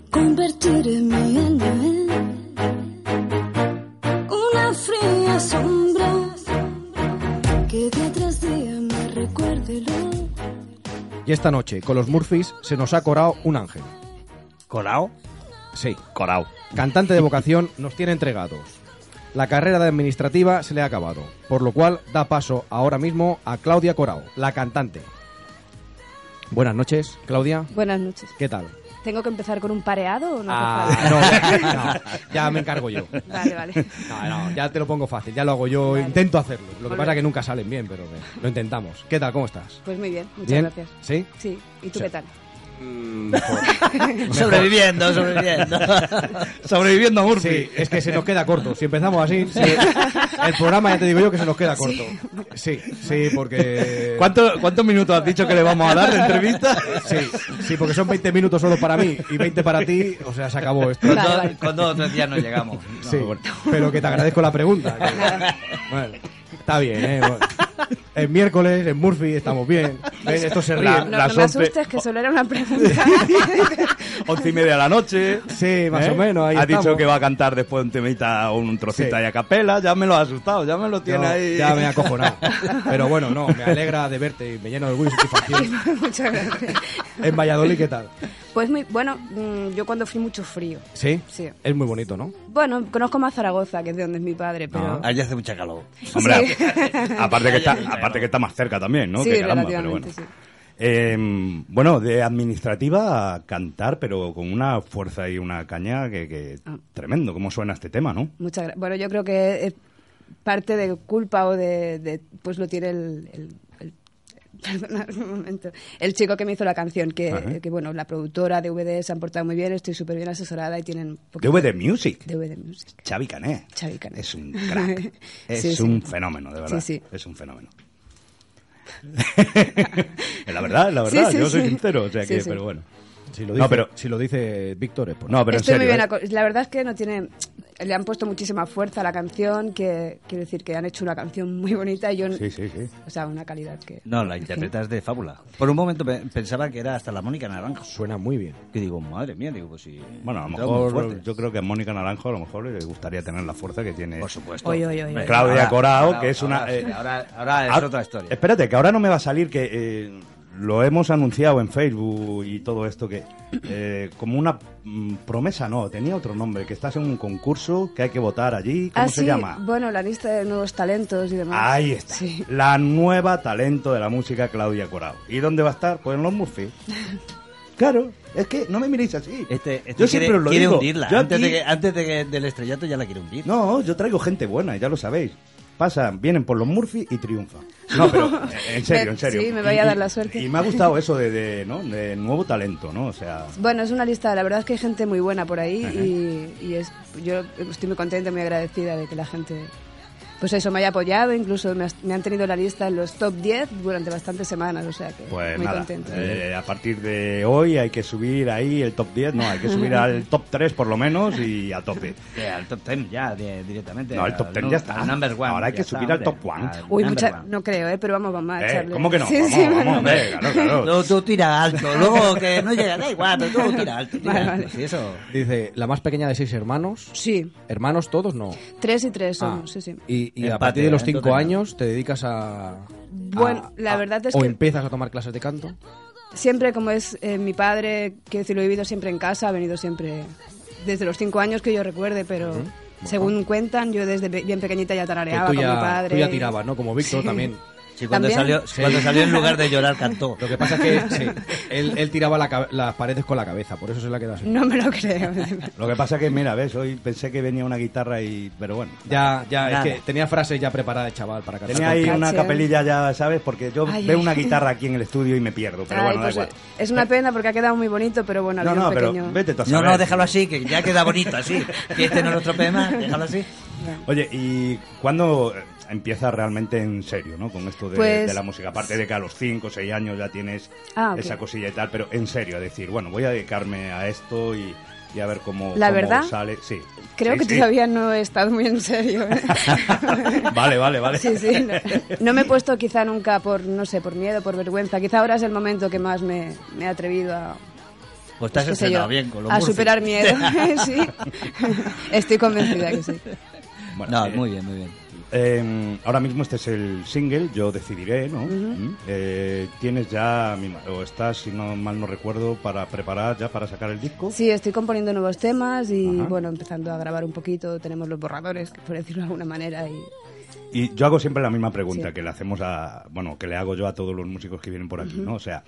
S10: convertiré mi alma en una fría sombra que día tras día me recuerde lo
S4: Y esta noche, con los Murphys, se nos ha corado un ángel.
S5: ¿Colao?
S4: Sí.
S6: Corao.
S4: Cantante de vocación nos tiene entregados. La carrera de administrativa se le ha acabado, por lo cual da paso ahora mismo a Claudia Corao, la cantante. Buenas noches, Claudia.
S11: Buenas noches.
S4: ¿Qué tal?
S11: ¿Tengo que empezar con un pareado o no?
S4: Ah,
S11: hace
S4: no,
S11: falta?
S4: no, ya me encargo yo.
S11: Vale, vale.
S4: No, no, ya te lo pongo fácil, ya lo hago yo, intento hacerlo. Lo que pasa es que nunca salen bien, pero eh, lo intentamos. ¿Qué tal? ¿Cómo estás?
S11: Pues muy bien, muchas
S4: ¿Bien?
S11: gracias.
S4: ¿Sí?
S11: Sí, ¿y tú
S4: Sí.
S11: qué tal?
S5: Sobreviviendo, sobreviviendo.
S4: Sobreviviendo a Murphy. Sí, es que se nos queda corto. Si empezamos así, sí. el programa ya te digo yo que se nos queda corto. Sí, sí, porque...
S5: ¿Cuánto- ¿Cuántos minutos has dicho que le vamos a dar de entrevista?
S4: Sí, sí, porque son 20 minutos solo para mí y 20 para ti, o sea, se acabó esto.
S5: Con, dos- con dos o tres días no llegamos. No,
S4: Sí,
S5: bueno.
S4: pero que te agradezco la pregunta. que- bueno, está bien, ¿eh? Bueno, es miércoles, en Murphy, estamos bien.
S5: Pues
S4: Ven, Esto se ríe.
S11: No, no, no me asustes, que solo era una pregunta.
S6: Once y media de la noche.
S4: Sí, más
S6: ¿eh?
S4: o menos. Ahí
S6: ha
S4: estamos.
S6: dicho que va a cantar después un temita o un trocito
S4: Sí.
S6: ahí a capela. Ya me lo ha asustado, ya me lo tiene
S4: Yo
S6: ahí.
S4: Ya me he acojonado. Pero bueno, no, me alegra de verte y me lleno de orgullo y satisfacción.
S11: muchas gracias.
S4: En Valladolid, ¿qué tal?
S10: Pues muy, bueno, mm, yo cuando fui mucho frío.
S4: ¿Sí?
S10: Sí.
S4: Es muy bonito, ¿no? Ah.
S10: Bueno, conozco más Zaragoza, que es de donde es mi padre, pero...
S5: Allí hace mucha calor.
S6: Hombre,
S10: Sí.
S6: aparte, que está, aparte que está más cerca también, ¿no?
S10: sí,
S6: Que caramba, pero
S10: relativamente,
S6: bueno.
S10: sí.
S6: Eh, bueno, de administrativa a cantar, pero con una fuerza y una caña que, que tremendo. ¿Cómo suena este tema, no?
S10: Ah. Muchas gra- Bueno, yo creo que es parte de culpa o de, de- pues lo tiene el, el- el- perdonad un momento, el chico que me hizo la canción,
S6: Ajá.
S10: que, que, bueno, la productora de DVD se han portado muy bien, estoy súper bien asesorada y tienen...
S6: DVD Music.
S10: DVD Music.
S6: Xavi Cané.
S10: Xavi Cané.
S6: Es un crack. Es
S10: Sí, sí.
S6: un fenómeno, de verdad.
S10: Sí, sí.
S6: Es un fenómeno. la verdad, la verdad,
S10: Sí, sí,
S6: yo soy
S10: sí.
S6: sincero, o sea
S10: Sí,
S6: que,
S10: sí.
S6: pero bueno.
S4: Si lo
S6: No,
S4: dice,
S6: pero-
S4: si lo dice Víctor es por-
S6: No, pero
S10: Estoy
S6: en
S10: muy
S6: serio.
S10: bien
S6: ¿eh?
S10: aco- La verdad es que no tiene... Le han puesto muchísima fuerza a la canción, que quiero decir que han hecho una canción muy bonita y yo...
S5: Sí, sí, sí.
S10: O sea, una calidad que...
S5: No, la interpretas de fábula. Por un momento pe- pensaba que era hasta la Mónica Naranjo. Suena muy bien. Que digo, madre mía, digo, pues sí.
S6: Bueno, a lo
S5: Está muy
S6: mejor
S5: fuerte.
S6: yo creo que a Mónica Naranjo a lo mejor le gustaría tener la fuerza que tiene. Por
S5: supuesto. Oye, oye, oye.
S6: Claudia
S5: Ahora,
S6: Corao,
S5: ahora,
S6: que es una.
S5: ahora
S6: eh,
S5: sí, ahora- ahora es
S6: ahora-
S5: otra historia.
S6: Espérate, que ahora no me va a salir que eh, lo hemos anunciado en Facebook y todo esto que eh, como una mm, promesa no, tenía otro nombre, que estás en un concurso que hay que votar allí, ¿cómo
S10: Ah,
S6: se
S10: sí,
S6: llama? Ah,
S10: Bueno, la lista de nuevos talentos y demás.
S6: Ahí está.
S10: Sí.
S6: La nueva talento de la música Claudia Corao. ¿Y dónde va a estar? Pues en los Murphy. Claro, es que no me miréis así.
S5: Este
S6: yo siempre
S5: quiere-
S6: os lo
S5: quiere
S6: digo.
S5: hundirla.
S6: Yo
S5: Antes,
S6: aquí-
S5: de que- antes de que- del estrellato ya la quiere hundir.
S6: No, yo traigo gente buena, ya lo sabéis. Pasan, vienen por los Murphy y triunfan. No, pero eh, en serio, en serio.
S10: Sí, me vaya a
S6: Y-
S10: dar la
S6: y-
S10: suerte.
S6: Y me ha gustado eso de, de, ¿no? de nuevo talento, ¿no? O sea,
S10: Bueno, es una lista, la verdad es que hay gente muy buena por ahí
S6: Ajá.
S10: y, y es, yo estoy muy contenta, muy agradecida de que la gente, pues eso, me haya apoyado, incluso me, has- me han tenido en la lista en los top 10 durante bastantes semanas, o sea que
S6: pues
S10: muy
S6: nada.
S10: contenta.
S6: eh, a partir de hoy hay que subir ahí el top 10, no, hay que subir al top 3 por lo menos y a tope.
S5: Eh, al top 10 ya de- directamente.
S6: No, el top
S5: Al
S6: 10
S5: nu-
S6: ya está.
S5: al number one,
S6: Ahora hay
S5: ya
S6: que
S5: está,
S6: subir al
S5: hombre.
S6: top one.
S5: Al
S10: Uy,
S5: number
S10: mucha-
S5: one.
S10: no creo, eh, pero vamos, vamos a
S6: Eh,
S10: echarle.
S6: ¿Cómo que no?
S10: Sí,
S6: vamos,
S10: sí,
S6: vamos,
S10: bueno.
S6: hombre, claro, claro.
S5: Luego tú tira alto, luego que no llega, da igual, pero tú tira alto. Tira
S10: Vale,
S5: alto,
S10: vale.
S5: sí, eso.
S4: Dice, la más pequeña de seis hermanos.
S10: Sí.
S4: ¿Hermanos todos? No.
S10: Tres y tres
S4: Ah.
S10: somos, sí, sí.
S4: Y, y
S5: Empate,
S4: a partir de los
S5: ¿eh?
S4: cinco
S5: Entonces,
S4: años te dedicas a...
S10: Bueno, la verdad es
S4: o
S10: que
S4: empiezas a tomar clases de canto.
S10: siempre como es eh, mi padre, quiero decir, lo he vivido siempre en casa, ha venido siempre desde los cinco años que yo recuerde, pero según cuentan, yo desde be- bien pequeñita ya
S4: Que
S10: tarareaba
S4: tú
S10: con
S4: ya,
S10: mi padre.
S4: tú ya tirabas, ¿no? Como Víctor
S10: Sí.
S4: también.
S5: Sí, cuando
S10: También.
S5: salió, cuando
S4: Sí.
S5: salió en lugar de llorar cantó.
S4: Lo que pasa es que sí, él, él tiraba la cabe- las paredes con la cabeza, por eso se la quedó así.
S10: No me lo creo.
S6: Lo que pasa que, mira, ves, hoy pensé que venía una guitarra y... Pero bueno.
S4: Ya, ya,
S6: Mm. Nada.
S4: es que tenía frases ya preparadas, chaval, para cantar.
S6: Tenía ahí
S4: contigo.
S6: una
S10: Caché.
S6: capelilla ya, ¿sabes? Porque yo
S10: Ay,
S6: veo
S10: ay.
S6: una guitarra aquí en el estudio y me pierdo, pero
S10: Ay,
S6: bueno, da
S10: pues,
S6: igual.
S10: Es una pena porque ha quedado muy bonito, pero bueno, ha
S6: No,
S10: habido
S6: no,
S10: un
S6: pero
S10: pequeño...
S6: vete tú a
S5: No,
S6: saber.
S5: no, déjalo así, que ya queda bonito así. Que este no lo estropee más, déjalo así.
S6: Oye, ¿y cuándo eh, empiezas realmente en serio, no? Con esto de,
S10: Pues-
S6: de la música. Aparte de que a los 5 o 6 años ya tienes
S10: Ah, ok.
S6: esa cosilla y tal, pero en serio, a decir, bueno, voy a dedicarme a esto y, y a ver cómo,
S10: La
S6: cómo
S10: verdad,
S6: sale. Sí.
S10: Creo
S6: sí,
S10: que
S6: sí.
S10: todavía no he estado muy en serio. ¿eh?
S6: Vale, vale, vale.
S10: Sí, sí. No, no me he puesto quizá nunca por, no sé, por miedo, por vergüenza. Quizá ahora es el momento que más me, me he atrevido a...
S5: Pues te has
S10: qué sé
S5: estrenado
S10: yo,
S5: bien con los
S10: A
S5: Murphy.
S10: superar miedo, sí. Estoy convencida que sí.
S5: No, muy bien, muy bien.
S6: Eh, ahora mismo este es el single, yo decidiré, ¿no?
S10: Ujú.
S6: Mm. Eh, tienes ya, mi- o estás, si no mal no recuerdo, para preparar ya para sacar el disco.
S10: Sí, estoy componiendo nuevos temas y, bueno, empezando a grabar un poquito. Tenemos los borradores, por decirlo de alguna manera, y...
S6: Y yo hago siempre la misma pregunta
S10: Sí.
S6: que le hacemos a, bueno, que le hago yo a todos los músicos que vienen por aquí,
S10: Ujú.
S6: ¿no? O sea,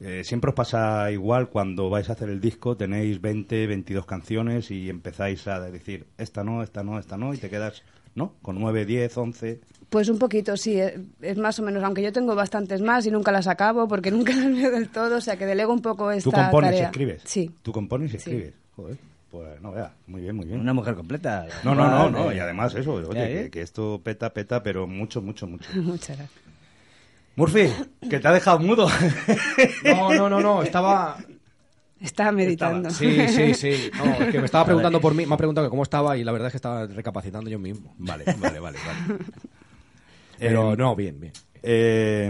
S6: eh, siempre os pasa igual cuando vais a hacer el disco, tenéis 20, 22 canciones y empezáis a decir, esta no, esta no, esta no, y te quedas, ¿no? Con 9, 10, 11.
S10: Pues un poquito, sí, es, es más o menos, aunque yo tengo bastantes más y nunca las acabo porque nunca las veo del todo, o sea que delego un poco esta
S6: Tú compones y
S10: tarea.
S6: escribes.
S10: Sí.
S6: Tú compones y
S10: Sí.
S6: escribes. Joder. Pues no, vea, muy bien, muy bien.
S5: Una mujer completa.
S6: No, no, no,
S5: Vale.
S6: no, y además eso, oye,
S5: Ya, ¿eh?
S6: que, que esto peta, peta, pero mucho, mucho, mucho.
S10: Muchas gracias.
S6: Murphy, que te ha dejado mudo.
S4: No, no, no, no, estaba...
S10: Estaba meditando.
S4: Sí, sí, sí. No, es que me estaba preguntando por mí, me ha preguntado que cómo estaba y la verdad es que estaba recapacitando yo mismo.
S6: Vale, vale, vale, vale.
S4: Pero
S6: Eh,
S4: no, bien, bien.
S6: Eh,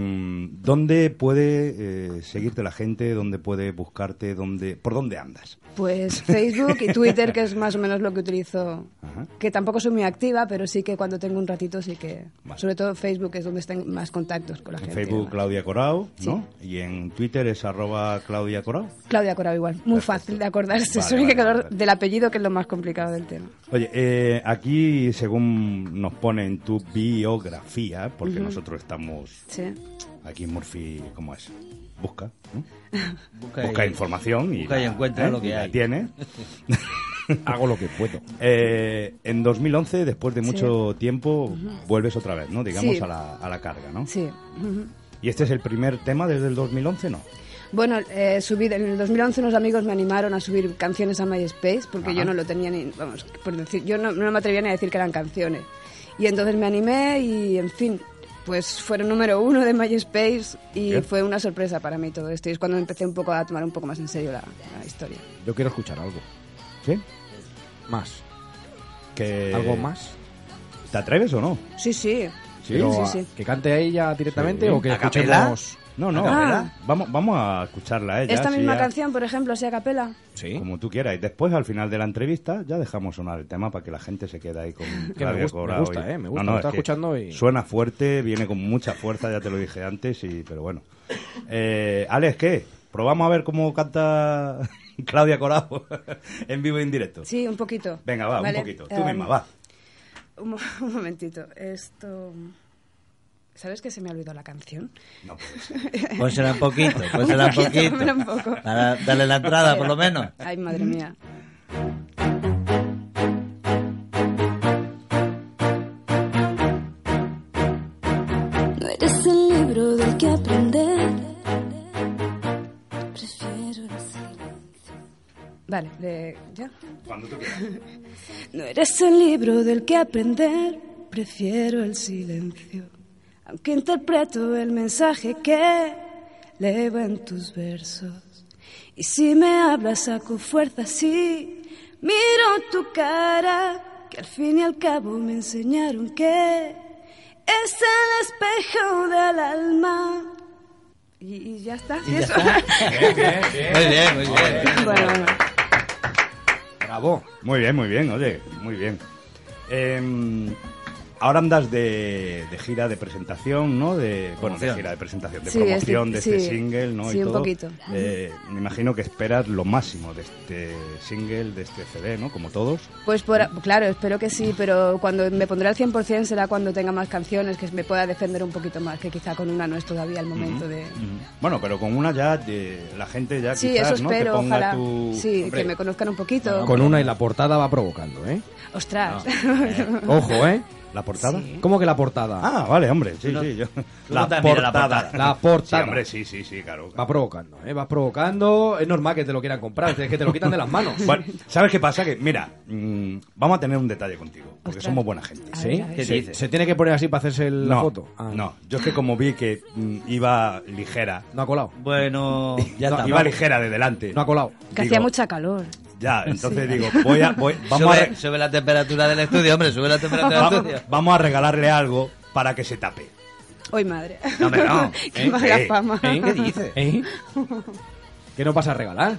S6: ¿Dónde puede eh, seguirte la gente? ¿Dónde puede buscarte? ¿Dónde, ¿Por dónde andas?
S10: Pues Facebook y Twitter, que es más o menos lo que utilizo, que tampoco soy muy activa, pero sí que cuando tengo un ratito sí que... Sobre todo Facebook es donde están más contactos con la
S6: En
S10: gente.
S6: Facebook Claudia Corao, ¿no? Y en Twitter es arroba Claudia Corao.
S10: Claudia Corao igual, muy fácil de acordarse,
S6: Vale,
S10: soy el
S6: vale,
S10: color
S6: vale.
S10: del apellido que es lo más complicado del tema.
S6: Oye, eh, aquí según nos pone en tu biografía, porque
S10: Ujú.
S6: nosotros estamos
S10: Sí.
S6: aquí en Murphy, ¿cómo es? Busca, ¿no?
S5: Busca,
S6: Busca
S5: y-
S6: información y,
S5: busca y encuentra lo que
S6: y la
S5: hay.
S6: tiene.
S4: Hago lo que puedo.
S6: Eh, en 2011, después de
S10: Sí.
S6: mucho tiempo, vuelves otra vez, ¿no? Digamos,
S10: Sí.
S6: a, la, a la carga, ¿no?
S10: Sí. Ujú.
S6: ¿Y este es el primer tema desde el 2011, no?
S10: Bueno, eh, subí, en el 2011 unos amigos me animaron a subir canciones a MySpace porque
S6: Ajá.
S10: yo no lo tenía ni, vamos, por decir, yo no, no me atrevía ni a decir que eran canciones. Y entonces me animé y, en fin, pues fueron número uno de MySpace y
S4: Bien.
S10: fue una sorpresa para mí todo esto. Y es cuando empecé un poco a tomar un poco más en serio la, la historia.
S4: Yo quiero escuchar algo.
S6: ¿Sí?
S4: Más.
S6: Que...
S4: ¿Algo más?
S6: ¿Te atreves o no?
S10: Sí, sí.
S4: Pero,
S10: sí,
S4: ah,
S10: sí.
S4: ¿Que cante a ella directamente
S6: Sí.
S4: o que
S6: ¿A capela?
S4: escuchemos...?
S6: No, no,
S4: Ah.
S10: ¿A capela?
S6: vamos, vamos a escucharla a ella.
S10: Esta
S6: si
S10: misma
S6: ya-
S10: canción, por ejemplo, así a capela.
S6: Como tú quieras. Y después, al final de la entrevista, ya dejamos sonar el tema para que la gente se quede ahí con
S4: Que me
S6: Claudia
S4: gusta- me
S6: Corao
S4: gusta,
S6: y-
S4: eh, me gusta, lo
S6: es
S4: estaba
S6: que
S4: escuchando y-
S6: Suena fuerte, viene con mucha fuerza, ya te lo dije antes, y, pero bueno. Eh, Alex, ¿qué? ¿Probamos a ver cómo canta Claudia Corao en vivo y en directo?
S10: Sí, un poquito.
S6: Venga, va,
S10: Vale,
S6: un poquito. Tú
S10: eh,
S6: misma, va.
S10: Un, mo- un momentito. Esto. ¿Sabes que se me ha olvidado la canción?
S6: No,
S5: Pónsela Pues un poquito, pónsela un poquito.
S10: pónsela un poco.
S5: Para darle la entrada, por lo menos.
S10: Ay, madre mía.
S12: No eres el libro del que aprender. Prefiero el
S10: Vale, de- ya.
S6: Cuando tú
S10: No eres el libro del que aprender, prefiero el silencio. Aunque interpreto el mensaje que leo en tus versos. Y si me hablas, saco fuerza, sí. Miro tu cara, que al fin y al cabo me enseñaron que es el espejo del alma. Y, y ya está.
S12: Y ya
S10: eso.
S12: está. Bien, bien, bien. Muy bien, muy bien.
S10: Bueno, bueno.
S6: Bravo. Muy bien, muy bien, oye, muy bien. Em, ahora andas de, de gira de presentación, ¿no? De, bueno, de
S5: Promoción.
S6: gira de presentación, de
S10: Sí,
S6: promoción
S10: este-
S6: de
S10: sí.
S6: este single, ¿no?
S10: Sí,
S6: y
S10: un
S6: todo.
S10: poquito.
S6: Eh, me imagino que esperas lo máximo de este single, de este CD, ¿no? Como todos.
S10: Pues por- claro, espero que sí, pero cuando me pondré al 100% será cuando tenga más canciones, que me pueda defender un poquito más, que quizá con una no es todavía el momento de...
S6: Bueno, pero con una ya eh, la gente ya
S10: Sí,
S6: quizás,
S10: eso
S6: ¿no? Te
S10: espero,
S6: ponga
S10: ojalá.
S6: tu-
S10: Sí,
S6: Hombre,
S10: que me conozcan un poquito.
S4: Ah, Con una y la portada va provocando, ¿eh?
S10: Ostras.
S4: Ojo, ¿eh?
S6: ¿La portada?
S4: ¿Cómo que la portada?
S6: Ah, vale, hombre, sí, sí, yo...
S4: La portada. La portada.
S6: Sí, hombre, sí, sí, sí, claro.
S4: Va provocando, ¿eh? Va provocando. Es normal que te lo quieran comprar, es que te lo quitan de las manos.
S6: Bueno, ¿sabes qué pasa? Que, mira, mm, vamos a tener un detalle contigo, porque somos buena gente.
S4: ¿Sí? ¿Se, se tiene que poner así para hacerse el- la
S6: No,
S4: foto? Ah.
S6: no, yo es que como vi que mm, iba ligera.
S4: No ha colado.
S5: Bueno, ya
S6: No,
S5: está.
S6: iba ligera de delante. No ha
S4: colado.
S10: Que hacía mucha calor.
S6: Ya, entonces
S10: Sí.
S6: digo, voy a, voy- vamos, a,
S5: sube,
S6: re-
S5: sube la temperatura del estudio, hombre, sube la temperatura del
S6: va-
S5: estudio.
S6: vamos a regalarle algo para que se tape.
S10: Hoy madre.
S6: No, hombre, no.
S10: Qué
S6: ¿Eh?
S10: mala
S6: ¿Eh?
S10: fama.
S6: ¿Eh? ¿Qué dices?
S4: ¿Eh? ¿Qué nos vas a regalar?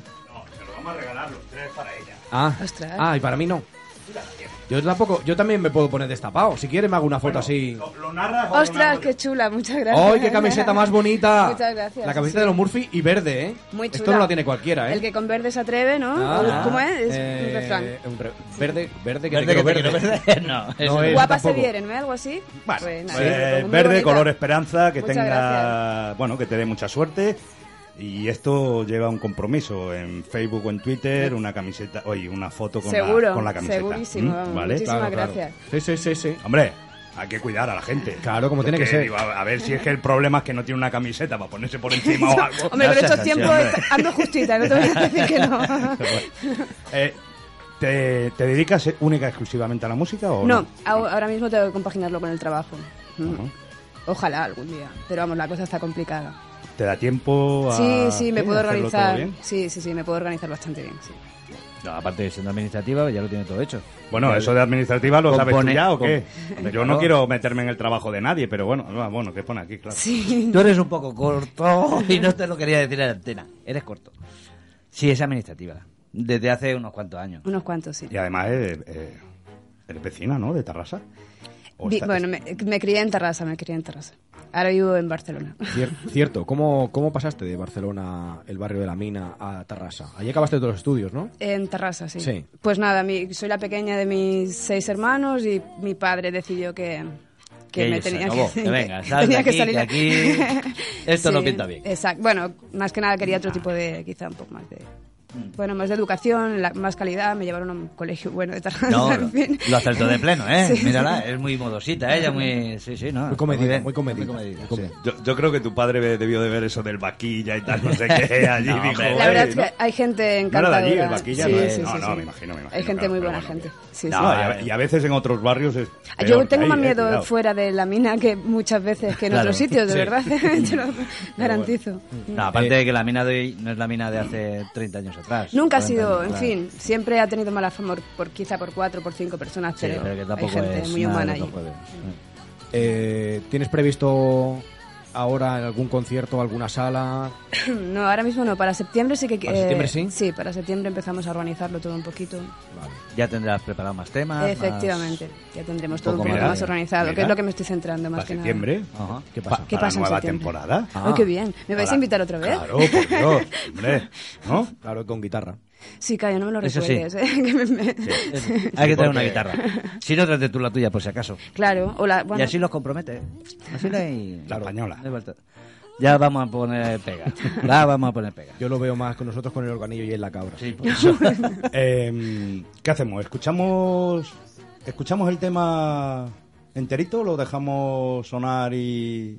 S6: Vamos a regalar los tres para ella.
S4: Ah,
S6: Ostras.
S4: ah y para mí no. Yo tampoco, yo también me puedo poner destapado. Si quieres me hago una foto así.
S10: Ostras, qué chula, muchas gracias.
S4: ¡Ay, qué camiseta más bonita!
S10: Muchas gracias.
S4: La camiseta
S10: sí.
S4: de los Murphy y verde, ¿eh?
S10: Muy
S4: Esto
S10: chula.
S4: no la tiene cualquiera, ¿eh?
S10: El que con verde se atreve, ¿no?
S4: Ah,
S10: ¿Cómo es? Es
S4: eh,
S10: un refrán.
S4: un re- verde, verde que
S5: Verde
S4: te
S5: que
S4: quiero
S5: te
S4: verde.
S5: quiero verde. No, eh.
S4: es
S10: Guapas se
S4: tampoco.
S10: vieren, ¿no? Algo así. Pues nada,
S6: Eh,
S10: muy
S6: verde,
S10: bonita.
S6: color esperanza, que
S10: Muchas
S6: tenga,
S10: gracias.
S6: bueno, que te dé mucha suerte. Y esto lleva un compromiso en Facebook o en Twitter, una camiseta, oye, una foto con,
S10: Seguro,
S6: la, con la camiseta.
S10: segurísimo,
S6: ¿Mm?
S10: vamos,
S6: ¿Vale?
S10: muchísimas Claro, claro. gracias.
S4: Sí, sí, sí, sí.
S6: Hombre, hay que cuidar a la gente.
S4: Claro, como tiene que ser.
S6: digo, a a ver si es que el problema es que no tiene una camiseta para ponerse por encima o algo.
S10: Hombre, pero estos
S6: Sí,
S10: tiempos
S6: hombre.
S10: ando justita, no te voy a decir que no.
S6: Eh, ¿te, te dedicas única y exclusivamente a la música o no?
S10: No, au- ahora mismo tengo que compaginarlo con el trabajo. Mm.
S6: Ujú.
S10: Ojalá algún día, pero vamos, la cosa está complicada.
S6: ¿Te da tiempo a.?
S13: Sí, sí, me
S6: ¿eh?
S13: puedo
S6: hacerlo todo
S13: organizar.
S6: bien?
S13: Sí, sí, sí, me puedo organizar bastante bien. sí.
S5: No, aparte de siendo administrativa, ya lo tiene todo hecho.
S6: Bueno, eso de administrativa lo sabes tú
S5: Compone-
S6: ya o
S5: com-
S6: qué.
S5: Hombre,
S6: Yo
S5: claro.
S6: no quiero meterme en el trabajo de nadie, pero bueno, ah, bueno, que pone aquí, claro.
S5: Tú eres un poco corto y no te lo quería decir en la antena. Eres corto. Sí, es administrativa. Desde hace unos cuantos años.
S13: Unos cuantos, sí.
S6: Y además eh, eh, eres vecina, ¿no? De Tarrasa. O
S13: Vi-
S6: está-
S13: bueno, me, me crié en Terrassa, me crié en Terrassa. Ahora vivo en Barcelona.
S4: Cier- cierto, ¿cómo, ¿cómo pasaste de Barcelona, el barrio de la mina, a Tarrasa? Allí acabaste todos los estudios, ¿no?
S13: En Terrassa, sí.
S4: Sí.
S13: Pues nada, mi- soy la pequeña de mis seis hermanos y mi padre decidió que, que
S5: Que
S13: me
S5: se
S13: tenía
S5: acabó,
S13: que,
S5: que venga,
S13: que
S5: sal de
S13: tenía que
S5: aquí,
S13: salir.
S5: que aquí esto no pinta bien.
S13: Exacto. Bueno, más que nada quería otro tipo de, quizá un poco más de... Bueno, más de educación, la- más calidad, me llevaron a un colegio bueno de Terrassa.
S5: No,
S13: en
S5: lo,
S13: fin.
S5: lo acertó de pleno, ¿eh?
S13: Sí.
S5: Mírala, es muy modosita, ella muy... Sí, sí,
S4: Ah,
S5: ¿no?
S6: Muy comedida,
S5: bien.
S6: muy comedida.
S5: sí.
S6: Yo, yo creo que tu padre be- debió de ver eso del vaquilla y tal, no sé qué, allí
S5: No,
S6: dijo...
S5: hombre.
S13: La verdad
S6: "Eh,
S13: es
S6: ¿no?".
S13: que hay gente
S6: No era de
S13: encantadora.
S6: allí, el vaquilla,
S13: Sí,
S6: no, es-
S13: sí,
S6: no,
S13: sí,
S6: no,
S13: sí.
S6: me imagino, me imagino.
S13: Hay gente
S6: claro,
S13: muy
S6: pero
S13: buena
S6: bueno,
S13: gente. Sí,
S6: No,
S13: sí.
S6: y, a, y a veces en otros barrios es
S13: Yo
S6: peor
S13: tengo
S6: que
S13: más
S6: ahí, eh,
S13: miedo
S6: cuidado.
S13: fuera de la mina que muchas veces que en
S5: Claro.
S13: otros sitios, de
S5: Sí. Mm.
S13: verdad. Te lo garantizo.
S5: No, aparte de que la mina de hoy no es la mina de hace 30 años atrás.
S13: Nunca ha
S5: 40
S13: sido,
S5: años
S13: en
S5: atrás.
S13: fin, siempre ha tenido mala fama por, por quizá por cuatro, por cinco personas,
S5: Sí,
S13: pero,
S5: pero que
S13: hay
S5: tampoco
S13: gente
S5: es
S13: muy
S5: nada
S13: humana
S5: de
S13: allí.
S5: otro juego.
S4: Eh, ¿Tienes previsto ahora algún concierto, alguna sala?
S13: No, ahora mismo no, para septiembre sí que... eh,
S4: ¿Para septiembre sí?
S13: Sí, para septiembre empezamos a organizarlo todo un poquito.
S5: Ya tendrás preparado Ah, más temas.
S13: Efectivamente, ya tendremos todo un
S5: poco
S13: poquito
S5: más-
S13: más organizado,
S5: mira.
S13: que es lo que me estoy centrando más que nada.
S6: septiembre?
S5: ¿Qué
S6: pasa?
S13: ¿Qué pasa
S6: ¿Para la
S13: en
S6: nueva
S13: septiembre?
S6: temporada?
S13: Ay,
S5: Ah,
S13: qué bien. ¿Me vais a invitar otra vez?
S6: Claro, por Dios, hombre, ¿no?
S4: Claro, con guitarra.
S13: Sí, calla, no me lo
S5: Eso sí.
S13: recuerdes. ¿eh? Que me- me-
S5: Hay que traer una
S6: porque-
S5: guitarra. Si no, trate tú la tuya, por si acaso.
S13: Claro, o la- bueno.
S5: Y así los compromete. ¿eh? Así no hay...
S6: La española.
S5: no hay falta. Ya vamos a poner pega. La vamos a poner pega.
S4: Yo lo veo más con nosotros con el organillo y en la cabra.
S5: Sí, por eso.
S6: Eh, ¿Qué hacemos? ¿Escuchamos escuchamos el tema enterito? ¿Lo dejamos sonar y,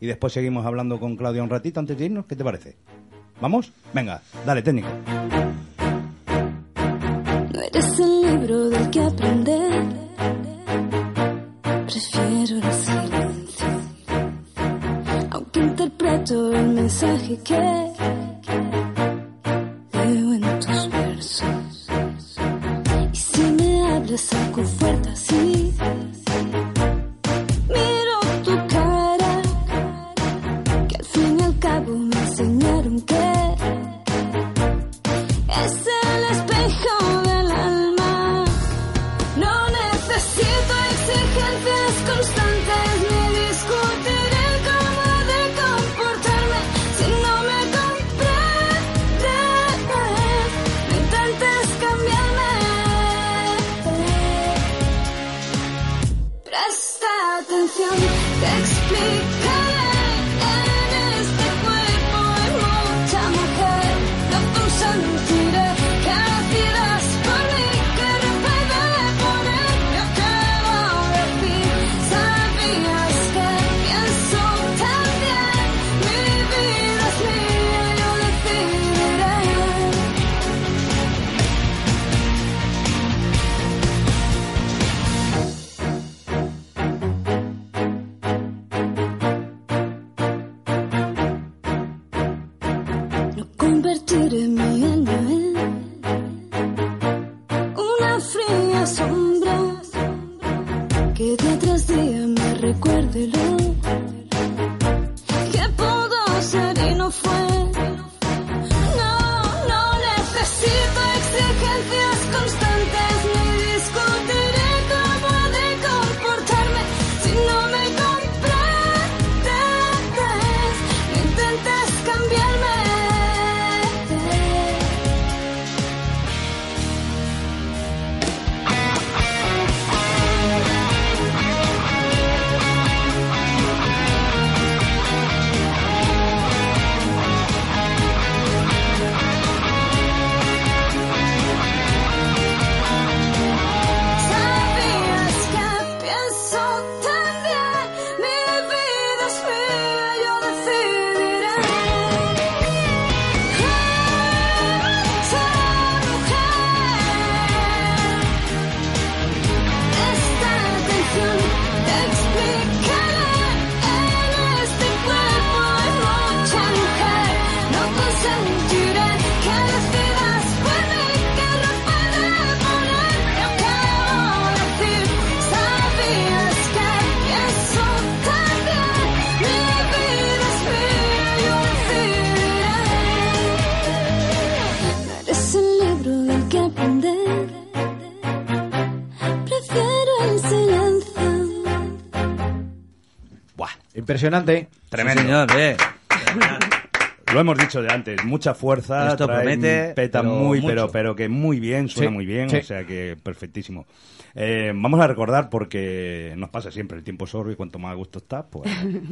S6: y después seguimos hablando con Claudia un ratito antes de irnos? ¿Qué te parece? ¿Vamos? Venga, dale, técnico.
S10: No eres el libro del que aprender. Prefiero el silencio. Aunque interpreto el mensaje que leo en tus versos. Y si me hablas algo fuerte así. Miro tu cara. Que al fin y al cabo me enseñaron que. Es el espejo del alma. No necesito exigencias constantes ni discutir el cómo de comportarme si no me comprendes. No intentes cambiarme. Presta atención, te explicaré. En este cuerpo hay mucha mujer. No consentiré que decidas por mí que repente de poner. Yo quiero decir, sabías que pienso también. Mi vida es mía, yo decidiré. convertiré mi alma en una fría sombra que día tras día me recuerde lo que pudo ser y no fue. No, no necesito exigencias constantes ni discutiré cómo de comportarme si no me comprendes. No intentes cambiarme. este
S4: Impresionante.
S5: Tremendo. señor, eh.
S6: Lo hemos dicho de antes, mucha fuerza,
S5: Esto
S6: trae-
S5: promete,
S6: peta
S5: pero
S6: muy,
S5: mucho.
S6: pero, pero que muy bien, suena
S5: Sí,
S6: muy bien,
S5: sí.
S6: o sea que perfectísimo. Eh, vamos a recordar porque nos pasa siempre, el tiempo es oro y cuanto más a gusto está, pues...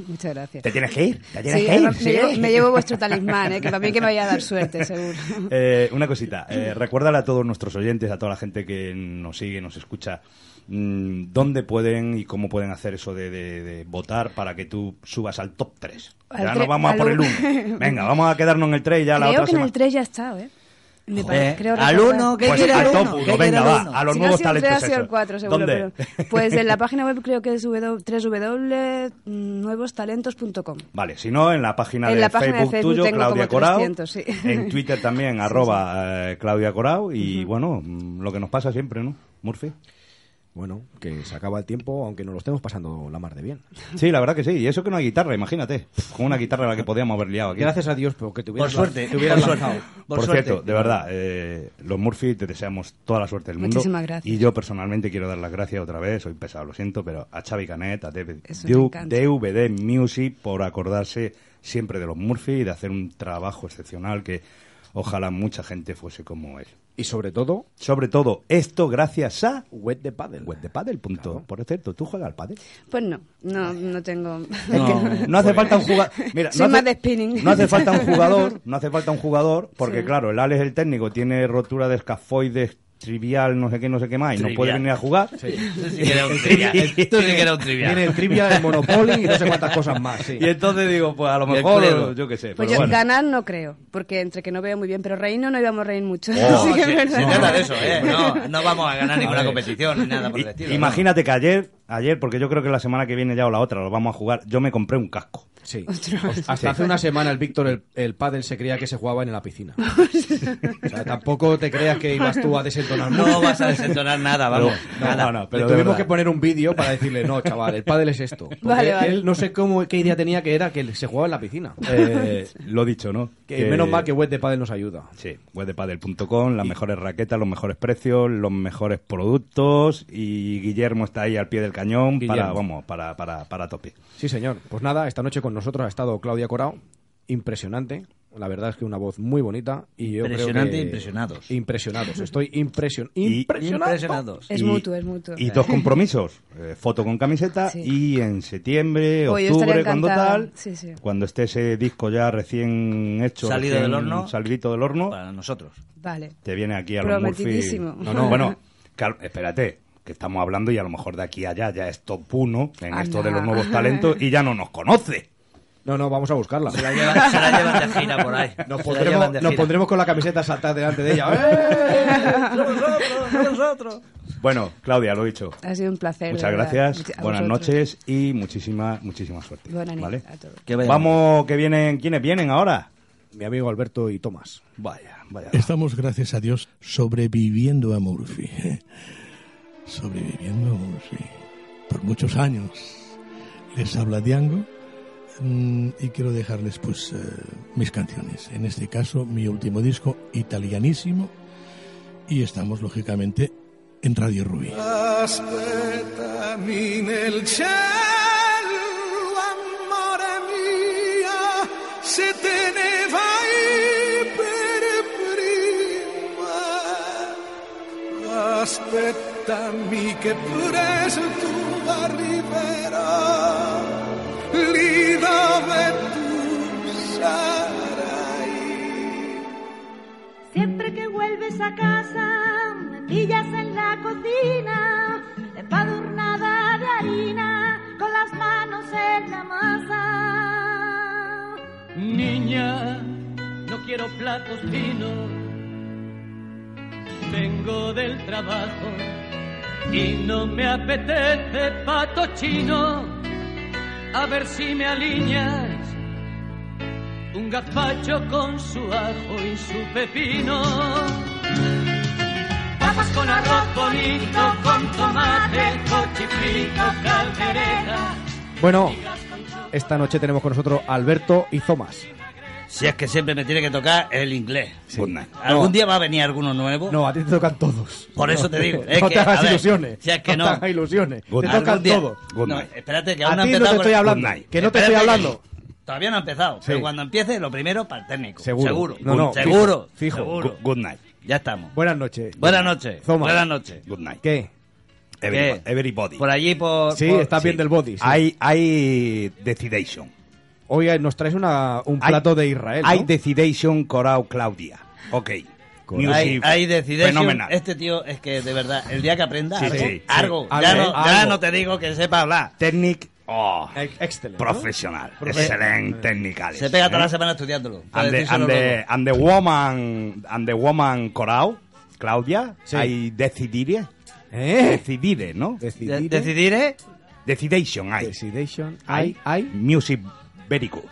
S14: Muchas gracias.
S6: Te tienes que ir, te tienes
S14: Sí,
S6: que ir,
S14: me,
S6: sí.
S14: llevo, me llevo vuestro talismán, eh, que para mí que me vaya a dar suerte, seguro.
S6: Eh, una cosita, eh, recuérdale a todos nuestros oyentes, a toda la gente que nos sigue, nos escucha, mm, dónde pueden y cómo pueden hacer eso de, de- de votar para que tú subas al top 3.
S14: Al
S6: Ya
S14: tre-
S6: no vamos a
S14: al
S6: por el
S14: uno.
S6: 1. Venga, vamos a quedarnos en el 3 ya la
S14: creo
S6: otra
S14: que en el
S6: semana.
S14: 3 ya está, ¿eh? Me
S6: Joder,
S14: parece, creo
S6: al
S14: recordar.
S6: uno, ¿qué Pues quiere al el top uno? uno, ¿Qué venga, quiere el va, uno? a los
S14: Si no
S6: nuevos
S14: ha sido el tres,
S6: talentos
S14: ha sido el
S6: esos.
S14: 4, seguro.
S6: ¿Dónde?
S14: pero- pues en la página web creo que es www.nuevostalentos.com.
S6: Vale, si no, en la página,
S14: En
S6: de,
S14: la página de
S6: Facebook
S14: Facebook
S6: tuyo,
S14: tengo
S6: Claudia
S14: como
S6: Corao.
S14: 300, sí.
S6: En Twitter también, arroba eh, Claudia Corao. Y bueno, mm, lo que nos pasa siempre, ¿no? Murphy.
S4: Bueno, que se acaba el tiempo, aunque nos lo estemos pasando la mar de bien.
S6: Sí, la verdad que sí. Y eso que no hay guitarra, imagínate. Con una guitarra la que podíamos haber liado aquí.
S4: Gracias a Dios porque te hubieras
S6: Por suerte,
S4: te hubieras
S6: por suerte,
S4: lanzado.
S6: Por, cierto, de verdad, eh, los Murphy te deseamos toda la suerte del mundo.
S14: Muchísimas gracias.
S6: Y yo personalmente quiero dar las gracias otra vez, soy pesado, lo siento, pero a Xavi Canet, a David-
S14: Eso me
S6: Du-
S14: encanta.
S6: DVD Music por acordarse siempre de los Murphy y de hacer un trabajo excepcional que ojalá mucha gente fuese como él.
S4: Y sobre todo,
S6: sobre todo esto gracias a
S4: Web de Paddle.
S6: Web de Paddle. punto. Por cierto, ¿tú juegas al pádel?
S14: Pues no, no, no tengo.
S6: Es que no hace falta un jugador. Mira,
S14: Soy
S6: no
S14: más
S6: hace,
S14: de spinning.
S6: no hace falta un jugador, no hace falta un jugador, porque
S14: Sí.
S6: claro, el Alex el técnico tiene rotura de escafoides trivial, no sé qué, no sé qué más, y no
S5: Trivial.
S6: puede venir a jugar.
S5: Tú sí que eres un trivial. Tú sí que eres un trivial.
S4: Tiene el trivial, el Monopoly y no sé cuántas cosas más. sí.
S6: Y entonces digo, pues a lo
S4: Y el
S6: mejor,
S4: Cluedo.
S6: yo qué sé.
S14: Pues
S6: pero
S14: yo
S6: bueno.
S14: ganar no creo, porque entre que no veo muy bien, pero reino no íbamos a reír mucho.
S6: Oh,
S14: así que es
S6: sí,
S14: verdad.
S6: sí,
S5: Nada de eso, ¿eh? No, no vamos a ganar ninguna
S6: Hombre.
S5: competición ni nada por el
S6: I-
S5: estilo.
S6: Imagínate que ayer, ayer, porque yo creo que la semana que viene ya o la otra lo vamos a jugar, yo me compré un casco.
S4: Sí. Hasta hace una semana el Víctor, el, el pádel, se creía que se jugaba en la piscina. O sea, tampoco te creas que ibas tú a desentonar
S5: No
S4: mucho.
S5: vas a desentonar nada, vamos,
S4: No,
S5: nada.
S4: no, no, pero
S5: Le
S4: tuvimos
S5: verdad.
S4: que poner un vídeo para decirle, no, chaval, el pádel es esto. Porque
S14: Vale, vale.
S4: él no sé cómo, qué idea tenía que era que se jugaba en la piscina.
S6: Eh, lo dicho, ¿no?
S4: Que menos mal que Web de Padel nos ayuda.
S6: Sí, webdepadel.com, las mejores raquetas, los mejores precios, los mejores productos y Guillermo está ahí al pie del cañón para,
S4: Guillermo.
S6: vamos, para, para, para tope.
S4: Sí, señor. Pues nada, esta noche con nosotros ha estado Claudia Corao. Impresionante. La verdad es que una voz muy bonita. Y yo creo
S5: Impresionante
S4: que-
S5: e impresionados.
S4: Impresionados. Estoy impresion...
S6: Y-
S4: impresionado.
S5: Impresionados.
S14: Es
S6: Y-
S14: mutuo, es mutuo.
S6: Y dos compromisos, eh, foto con camiseta
S14: Sí.
S6: y en septiembre,
S14: Oye, yo
S6: octubre,
S14: estaría
S6: cuando
S14: encantada.
S6: tal,
S14: Sí, sí.
S6: cuando esté ese disco ya recién hecho,
S5: Salido
S6: recién
S5: del horno.
S6: salidito del horno,
S5: Para nosotros.
S14: Vale.
S6: te viene aquí a los Murphy.
S14: Prometidísimo.
S6: No, no, bueno, cal- espérate, que estamos hablando y a lo mejor de aquí a allá ya es top uno en esto de los
S14: Anda.
S6: nuevos talentos y ya no nos conoce.
S4: No, no, vamos a buscarla.
S5: Se la llevan, se la llevan de gira por ahí.
S4: Nos
S5: Se la llevan
S4: pondremos,
S5: de
S4: nos
S5: gira.
S4: pondremos con la camiseta saltar delante de ella. ¡Eh!
S6: Bueno, Claudia, lo dicho.
S14: Ha sido un placer.
S6: Muchas
S14: de verdad.
S6: gracias,
S14: Muchi- a
S6: buenas
S14: vosotros.
S6: noches y muchísima, muchísima suerte.
S14: Buenas noches
S6: ¿vale?
S14: a todos.
S5: Que vaya
S6: Vamos, que vienen, ¿quiénes vienen ahora?
S4: Mi amigo Alberto y Tomás.
S6: Vaya, vaya.
S15: Estamos, gracias a Dios, sobreviviendo a Murphy. ¿eh? Sobreviviendo a Murphy. Por muchos años. Les habla Diango mm, y quiero dejarles pues eh, mis canciones. En este caso, mi último disco, italianísimo. Y estamos, lógicamente, en Radio Rubí.
S16: Aspettami nel cielo, amore mio, se te ne vai per prima. Aspettami che presto tu arriverò, lì dove tu sarai.
S17: Siempre que vuelves a casa, me pillas en la cocina, empadurnada de harina, con las manos en la masa.
S2: Niña, no quiero platos finos. Vengo del trabajo y no me apetece pato chino. A ver si me alineas un gazpacho con su ajo y su pepino. Papas con arroz bonito, con tomate, cochifrito, caldereta.
S4: Bueno, esta noche tenemos con nosotros a Alberto y Tomás.
S5: Si es que siempre me tiene que tocar el inglés. ¿Algún
S4: No.
S5: día va a venir alguno nuevo?
S4: No, a ti te tocan todos.
S5: Por eso
S4: No,
S5: te digo.
S4: No
S5: es
S4: te
S5: que,
S4: hagas
S5: a ver,
S4: ilusiones.
S5: Si es que no.
S4: te hagas ilusiones.
S5: Good
S4: te
S5: night.
S4: tocan
S5: Algún día-
S4: todo.
S5: Good No, night. espérate, que aún
S4: a
S5: no
S4: ti no
S5: ha
S4: te
S5: empezado
S4: estoy
S5: con-
S4: hablando.
S5: Good night.
S4: Que no te estoy
S5: Espérate que-
S4: hablando.
S5: Todavía no ha empezado. Pero cuando empiece, lo primero para el técnico.
S4: Seguro.
S5: Seguro.
S4: No, no, fijo,
S5: seguro.
S4: fijo.
S5: seguro.
S4: Good- good night.
S5: Ya estamos.
S4: Buenas noches.
S5: Buenas noches.
S4: Zoma.
S5: Buenas noches. Good
S6: night.
S4: ¿Qué?
S6: Everybody. everybody.
S5: Por allí, por.
S4: Sí,
S5: por-
S4: está bien del body. sí.
S6: Hay, hay Decidation.
S4: Hoy eh, nos traes una, un plato de Israel.
S6: Hay
S4: ¿no?
S6: Decidation Corao Claudia. Ok. Music,
S5: Hay, hay Decidation.
S6: Fenomenal.
S5: Este tío es que, de verdad, el día que aprenda
S6: Sí,
S5: algo,
S6: sí, sí.
S5: algo,
S6: Algo,
S5: ya, no, ya
S6: algo.
S5: no te digo que sepa hablar.
S6: Technic. Oh,
S4: Excelente.
S6: Profesional.
S5: Profe-
S6: Excelente ¿eh? technical.
S5: Se pega toda la semana estudiándolo. para
S6: And the,
S5: decírselo
S6: and the-
S5: luego.
S6: and the woman, and the woman Corao, Claudia, hay Decidire.
S4: Eh,
S6: Decidire, ¿no?
S4: Decidire.
S5: De- decidire.
S6: Decidation hay.
S4: Decidation
S6: hay.
S4: hay.
S6: Music very good.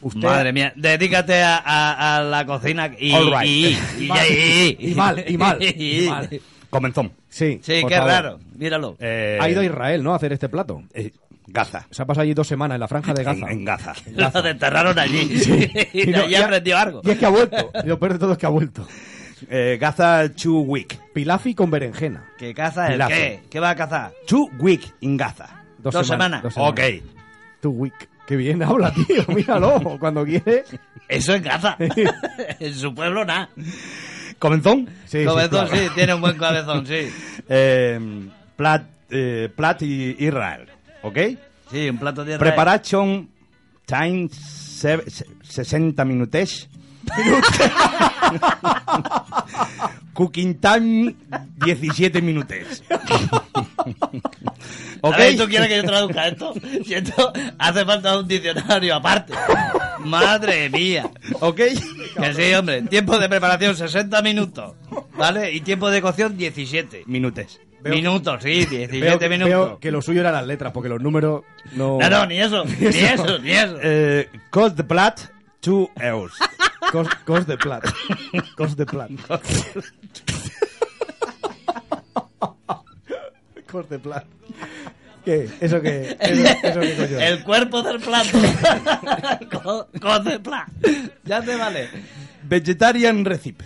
S6: Usted-
S5: Madre mía, dedícate a, a- a la cocina y,
S6: All right.
S5: y, y- y- y-
S4: Y mal, y mal, y mal.
S6: Comenzó.
S4: Sí,
S5: Sí,
S4: por
S5: qué
S4: favor.
S5: raro. Eh. Míralo.
S6: Eh,
S4: Ha ido a Israel, ¿no? A hacer este plato.
S6: Gaza.
S4: Se ha pasado allí dos semanas en la franja de Gaza.
S6: En, Gaza.
S5: Lo desterraron allí. y
S4: Y
S5: de
S4: no,
S5: allí
S4: y ha-
S5: aprendió algo.
S4: Y es que ha vuelto. Lo peor de todo es que ha vuelto.
S6: eh, Gaza two week.
S4: Pilafi con berenjena.
S5: ¿Qué caza el
S4: Pilazo.
S5: qué? ¿Qué va a cazar?
S6: Two week in Gaza.
S5: Dos, semanas.
S6: Ok.
S4: Tu week. Qué bien habla, tío. Míralo. Cuando quiere.
S5: Eso es Gaza. en su pueblo nada.
S6: ¿Comenzón?
S4: Sí,
S5: Cabezón, sí, tiene un buen cabezón, sí.
S6: Eh, Plat, eh, Plat y Israel. ¿Ok?
S5: Sí, un plato de Israel.
S6: Preparation time se- se- 60 minutos. Cooking time 17 minutos.
S5: A ver, ¿Tú quieres que yo traduzca esto? Si esto hace falta un diccionario aparte. Madre mía.
S6: ¿Ok?
S5: Que sí, hombre. Tiempo de preparación 60 minutos. ¿Vale? Y tiempo de cocción 17.
S6: Minutos.
S5: Minutos, sí, 17
S4: veo,
S5: minutos.
S4: veo que lo suyo eran las letras, porque los números no.
S5: No, no, ni eso, ni eso, ni eso.
S6: Eh, cost the plat 2 euros.
S4: Cos, cos de plat. Cos de plat. Cos de plat. ¿Qué? ¿Eso qué? ¿Eso, eso qué coño? es?
S5: El cuerpo del plato. Co- Coce pla. Ya te vale.
S6: Vegetarian recipe.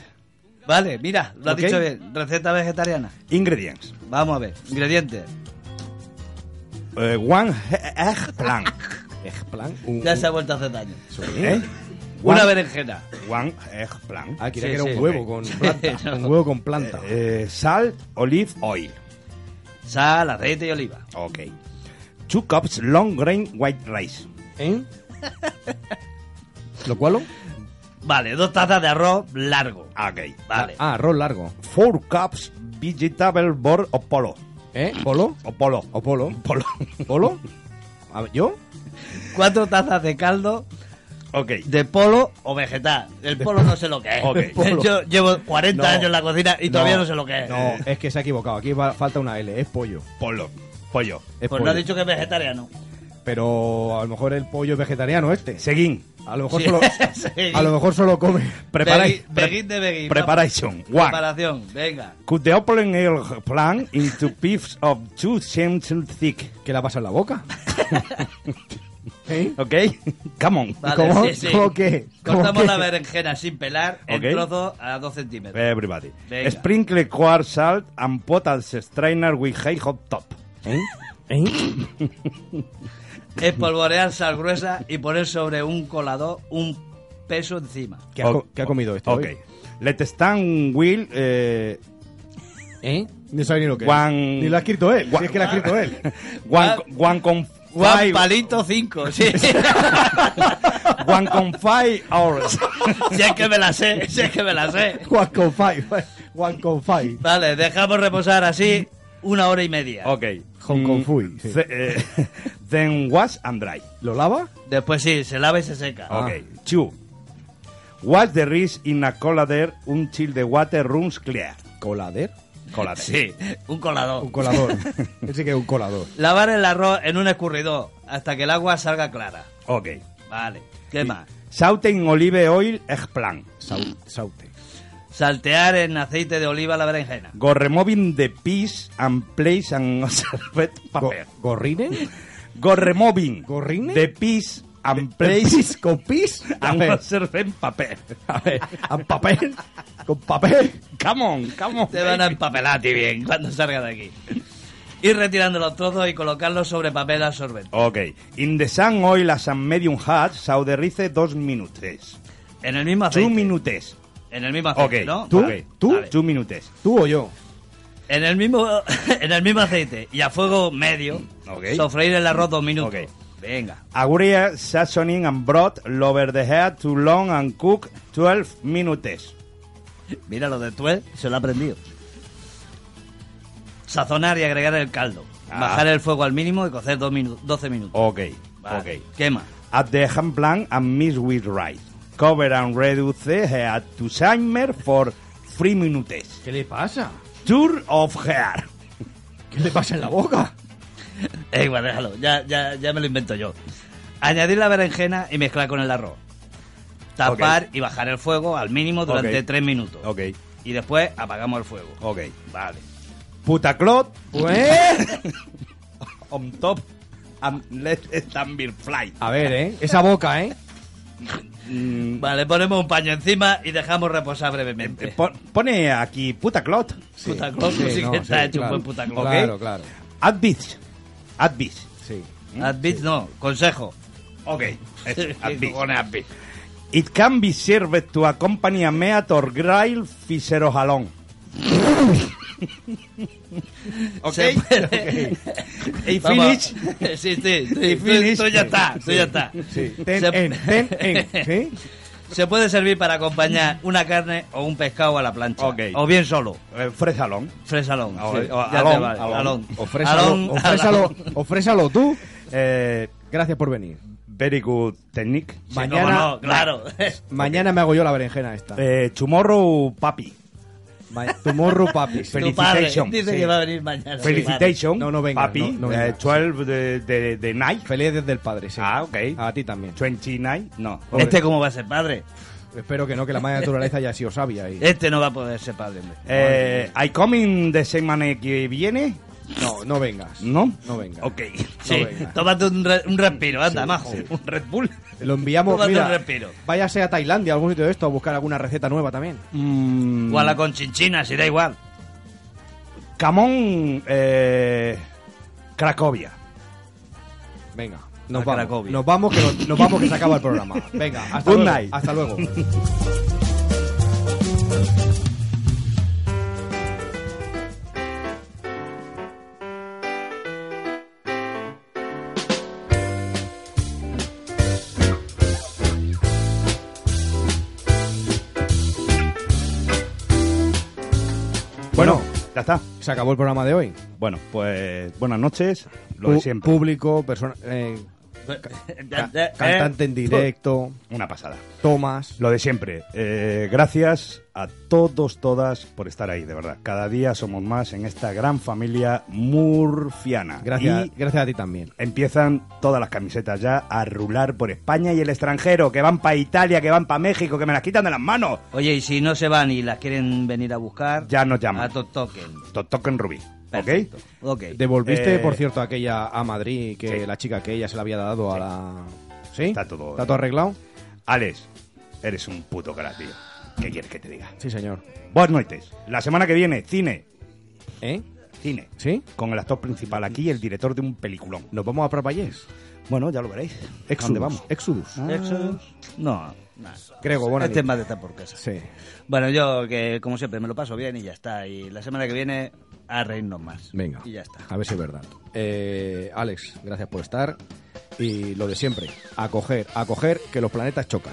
S5: Vale, mira, lo has
S6: Ok.
S5: dicho bien. Receta vegetariana.
S6: Ingredients.
S5: Vamos a ver. Ingredientes.
S6: Eh, one eggplant.
S4: Eggplant.
S5: Ya se ha vuelto a hacer daño.
S6: ¿Eh?
S5: Una
S6: One-
S5: berenjena.
S6: One eggplant.
S4: Ah, quería
S5: Sí,
S4: que era
S5: sí.
S4: un huevo con planta.
S5: Sí, no.
S4: Un huevo con planta.
S6: Eh, salt, olive oil.
S5: Sal, aceite y oliva.
S6: Ok. Two cups long grain white rice.
S4: ¿Eh? ¿Lo cual?
S5: Vale, dos tazas de arroz largo.
S6: Ok.
S5: Vale.
S4: Ah, arroz largo.
S6: Four cups vegetable board o polo.
S4: ¿Eh? ¿Polo?
S6: O polo.
S4: ¿O polo?
S6: Polo.
S4: ¿Polo? A ver, ¿Yo?
S5: Cuatro tazas de caldo
S6: Ok.
S5: de polo o vegetal. El polo no sé lo que es.
S6: Ok.
S4: Polo.
S5: Yo llevo 40
S4: No.
S5: años en la cocina y todavía no, sé lo que es.
S4: No, es que se ha equivocado. Aquí va- falta una L. Es pollo.
S6: Polo. Pollo.
S4: Es
S5: Pues
S4: pollo.
S5: no ha dicho que es vegetariano.
S4: Pero a lo mejor el pollo es vegetariano este.
S6: Seguín.
S4: A Pues lo mejor
S5: Sí.
S4: solo,
S5: Sí.
S4: a lo mejor solo come.
S6: Preparai-
S5: Begui- begui de begui,
S6: Preparation.
S5: vamos.
S6: One.
S5: Preparación, venga.
S6: Cut the opening eggplant into pieces of two centimeters thick.
S4: ¿Qué la pasa en la boca? ¿Eh?
S6: Ok. Come on.
S5: Vale,
S4: ¿Cómo?
S5: sí, sí.
S4: ¿Cómo qué? ¿Cómo
S5: Cortamos
S4: qué?
S5: la berenjena sin pelar en
S6: Ok.
S5: trozos a 2 centímetros.
S4: Eh.
S6: Everybody.
S5: Venga.
S6: Sprinkle coarse salt and put as strainer with high hot top.
S4: ¿Eh? ¿Eh?
S5: Espolvorear sal gruesa y poner sobre un colador un peso encima.
S4: ¿Qué, ha, co-
S6: O-
S4: qué ha comido esto?
S6: Ok.
S4: hoy?
S6: Let stand will eh,
S4: ¿Eh? No sabe ni lo que
S6: One-
S4: es. Ni lo ha escrito él.
S6: One-
S4: Si es que lo ha escrito él.
S6: one, one con
S5: Juan
S6: five,
S5: Palito 5, sí.
S6: one con five hours.
S5: si es que me la sé, si es que me la sé.
S4: One con five. One con five.
S5: Vale, dejamos reposar así una hora y media.
S6: Ok.
S4: Hong Kong fui, sí.
S6: the- eh, then wash and dry.
S4: ¿Lo lava?
S5: Después sí, se lava y se seca. Ah,
S6: Ok. Two. Wash the rice in a colader until the water runs clear.
S4: ¿Colader?
S6: Colader.
S5: Sí, un colador.
S4: Un colador. Él sí que es un colador.
S5: Lavar el arroz en un escurridor hasta que el agua salga clara.
S6: Ok.
S5: Vale, ¿qué más?
S6: Saute in olive oil eggplant.
S4: Sau- Saute.
S5: Saltear en aceite de oliva la berenjena.
S6: Go removing the peas and place on a servette
S4: Go-
S6: paper.
S4: ¿Gorrine?
S6: Go removing
S4: ¿Gorrine?
S6: the peas
S4: And
S5: places
S4: con pis
S5: and serve en papel.
S4: A ver, and papel, con papel.
S5: Come on, come on. Te van a empapelar ti bien cuando salga de aquí. Ir retirando los trozos y colocarlos sobre papel absorbente.
S6: Ok. In the sun oil as a medium hot, sauderice dos minutes.
S5: En el mismo aceite.
S6: Two minutes.
S5: En el mismo aceite,
S6: Ok.
S5: ¿no?
S6: ¿Tú?
S5: Vale.
S6: ¿Tú? Two minutes.
S4: ¿Tú o yo?
S5: En el mismo en el mismo aceite y a fuego medio.
S6: Ok.
S5: Sofreír el arroz dos minutos. Venga.
S6: Agria seasoning and broth lower the head too long and cook 12 minutes.
S5: Mira lo de tuel, se lo ha aprendido. Sazonar y agregar el caldo.
S6: Ah.
S5: Bajar el fuego al mínimo y cocer dos minu- 12 minutos.
S6: Ok,
S5: Vale.
S6: Oh, ok.
S5: Quema.
S6: At the hand blank and mix with rice. Cover and reduce head to simmer for 3 minutes.
S4: ¿Qué le pasa?
S6: Tour of hair.
S4: ¿Qué le pasa en la boca?
S5: Eh, igual, déjalo. Ya, ya, ya me lo invento yo. Añadir la berenjena y mezclar con el arroz. Tapar y bajar el fuego al mínimo durante
S6: Ok.
S5: 3 minutos.
S6: Ok.
S5: Y después apagamos el fuego.
S6: Ok.
S5: Vale.
S6: Putaclot.
S4: Pues-
S6: On top. And let it be fly.
S4: A ver, ¿eh? Esa boca, ¿eh?
S5: Vale, ponemos un paño encima y dejamos reposar brevemente.
S6: Pon- Eh, pone aquí putaclot.
S5: Puta clot, sí, que está hecho un buen puta clot.
S6: Claro,
S4: claro.
S6: Adbits. Adbits.
S4: Sí.
S5: Adbits no, consejo.
S6: Ok. es- adbits.
S5: Con adbits.
S6: It can be served to accompany a meat or grill fisero jalón. ok.
S5: Se puede-
S6: Y
S5: Vamos.
S6: finish.
S5: Sí, sí. tú-
S6: Y
S5: tú-
S6: finish.
S5: tú ya está, tú
S6: Sí.
S5: ya está.
S6: Sí. Ten
S5: Se-
S6: en, ten en, ¿sí?
S5: Se puede servir para acompañar una carne o un pescado a la plancha.
S6: Ok.
S5: O bien solo.
S6: Eh, fresalón.
S5: Fresalón.
S6: O-
S5: sí,
S6: o-
S5: ya te
S6: alón,
S5: vale,
S6: alón.
S5: alón. Alón,
S4: Ofrézalo, ofrézalo,
S5: alón.
S4: ofrézalo tú.
S6: Eh,
S4: Gracias por venir.
S6: very good technique.
S5: Sí,
S4: Mañana-
S5: cómo no, claro.
S4: Mañana me hago yo la berenjena esta.
S6: Eh, tomorrow, papi.
S4: Ma- Tomorrow, papi.
S5: Tu padre
S6: Felicitation.
S5: dice
S6: sí.
S5: que va a venir mañana. tu
S6: Felicitation.
S4: No, no vengas,
S6: Papi.
S4: no, no vengas.
S6: eh, 12 de, de, de night.
S4: Feliz desde el padre, sí.
S6: Ah, ok.
S4: A ti también.
S6: 29. No.
S5: padre. ¿Este cómo va a ser padre?
S4: Espero que no, que la madre naturaleza ya sí os sabía. Y...
S5: Este no va a poder ser padre, hombre.
S6: Eh, I coming de semana que viene.
S4: No, no vengas.
S6: ¿No?
S4: No vengas.
S6: Ok.
S5: Sí,
S4: venga.
S5: tómate un, re- un respiro, anda, majo. Un Red Bull.
S4: Lo enviamos,
S5: Tómate
S4: mira,
S5: un respiro.
S4: váyase a Tailandia, a algún sitio de esto, a buscar alguna receta nueva también.
S6: Mm,
S5: O a la conchinchina, si da igual.
S6: Camón. Eh, Cracovia.
S4: Venga, nos
S5: A
S4: vamos.
S5: Cracovia.
S4: Nos vamos, que nos, nos vamos, que se acaba el programa. Venga, hasta
S6: Good
S4: luego.
S6: night.
S4: Hasta luego. Bueno,
S6: Ya está.
S4: se acabó el programa de hoy.
S6: Bueno, pues buenas noches. Lo
S4: Pu-
S6: de siempre.
S4: Público, persona, eh, ca-
S5: eh.
S4: cantante en directo,
S6: Una pasada.
S4: tomas.
S6: Lo de siempre. Eh, gracias a todos, todas por estar ahí, de verdad. Cada día somos más en esta gran familia murfiana.
S4: Gracias,
S6: Y
S4: gracias a ti también.
S6: empiezan todas las camisetas ya a rular por España y el extranjero, que van para Italia, que van para México, que me las quitan de las manos.
S5: Oye, y si no se van y las quieren venir a buscar,
S6: Ya nos llaman.
S5: A Top Token.
S6: To- Toquen Rubí.
S5: Perfecto.
S6: ¿Ok?
S5: Ok.
S4: Devolviste,
S6: Eh,
S4: por cierto, aquella a Madrid, que
S6: sí.
S4: la chica que ella se la había dado a la... ¿Sí?
S6: Está todo-
S4: ¿Está todo arreglado?
S6: Alex, eres un puto cara, tío. ¿Qué quieres que te diga?
S4: Sí, señor.
S6: Buenas noches. La semana que viene, cine.
S4: ¿Eh?
S6: Cine.
S4: ¿Sí?
S6: Con el actor principal aquí, el director de un peliculón.
S4: ¿Nos vamos a Propayés?
S6: Bueno, ya lo veréis. ¿A
S4: Exodus.
S6: ¿Dónde vamos?
S4: Exodus.
S5: Exodus. No. nada.
S4: Grego, buena
S5: Este
S4: nit.
S5: es más de estar por casa.
S4: Sí.
S5: Bueno, yo que como siempre me lo paso bien y ya está. Y la semana que viene a reírnos más.
S4: Venga.
S5: Y ya está.
S4: A ver si es verdad. Eh, Alex, gracias por estar. Y lo de siempre, acoger, acoger que los planetas chocan.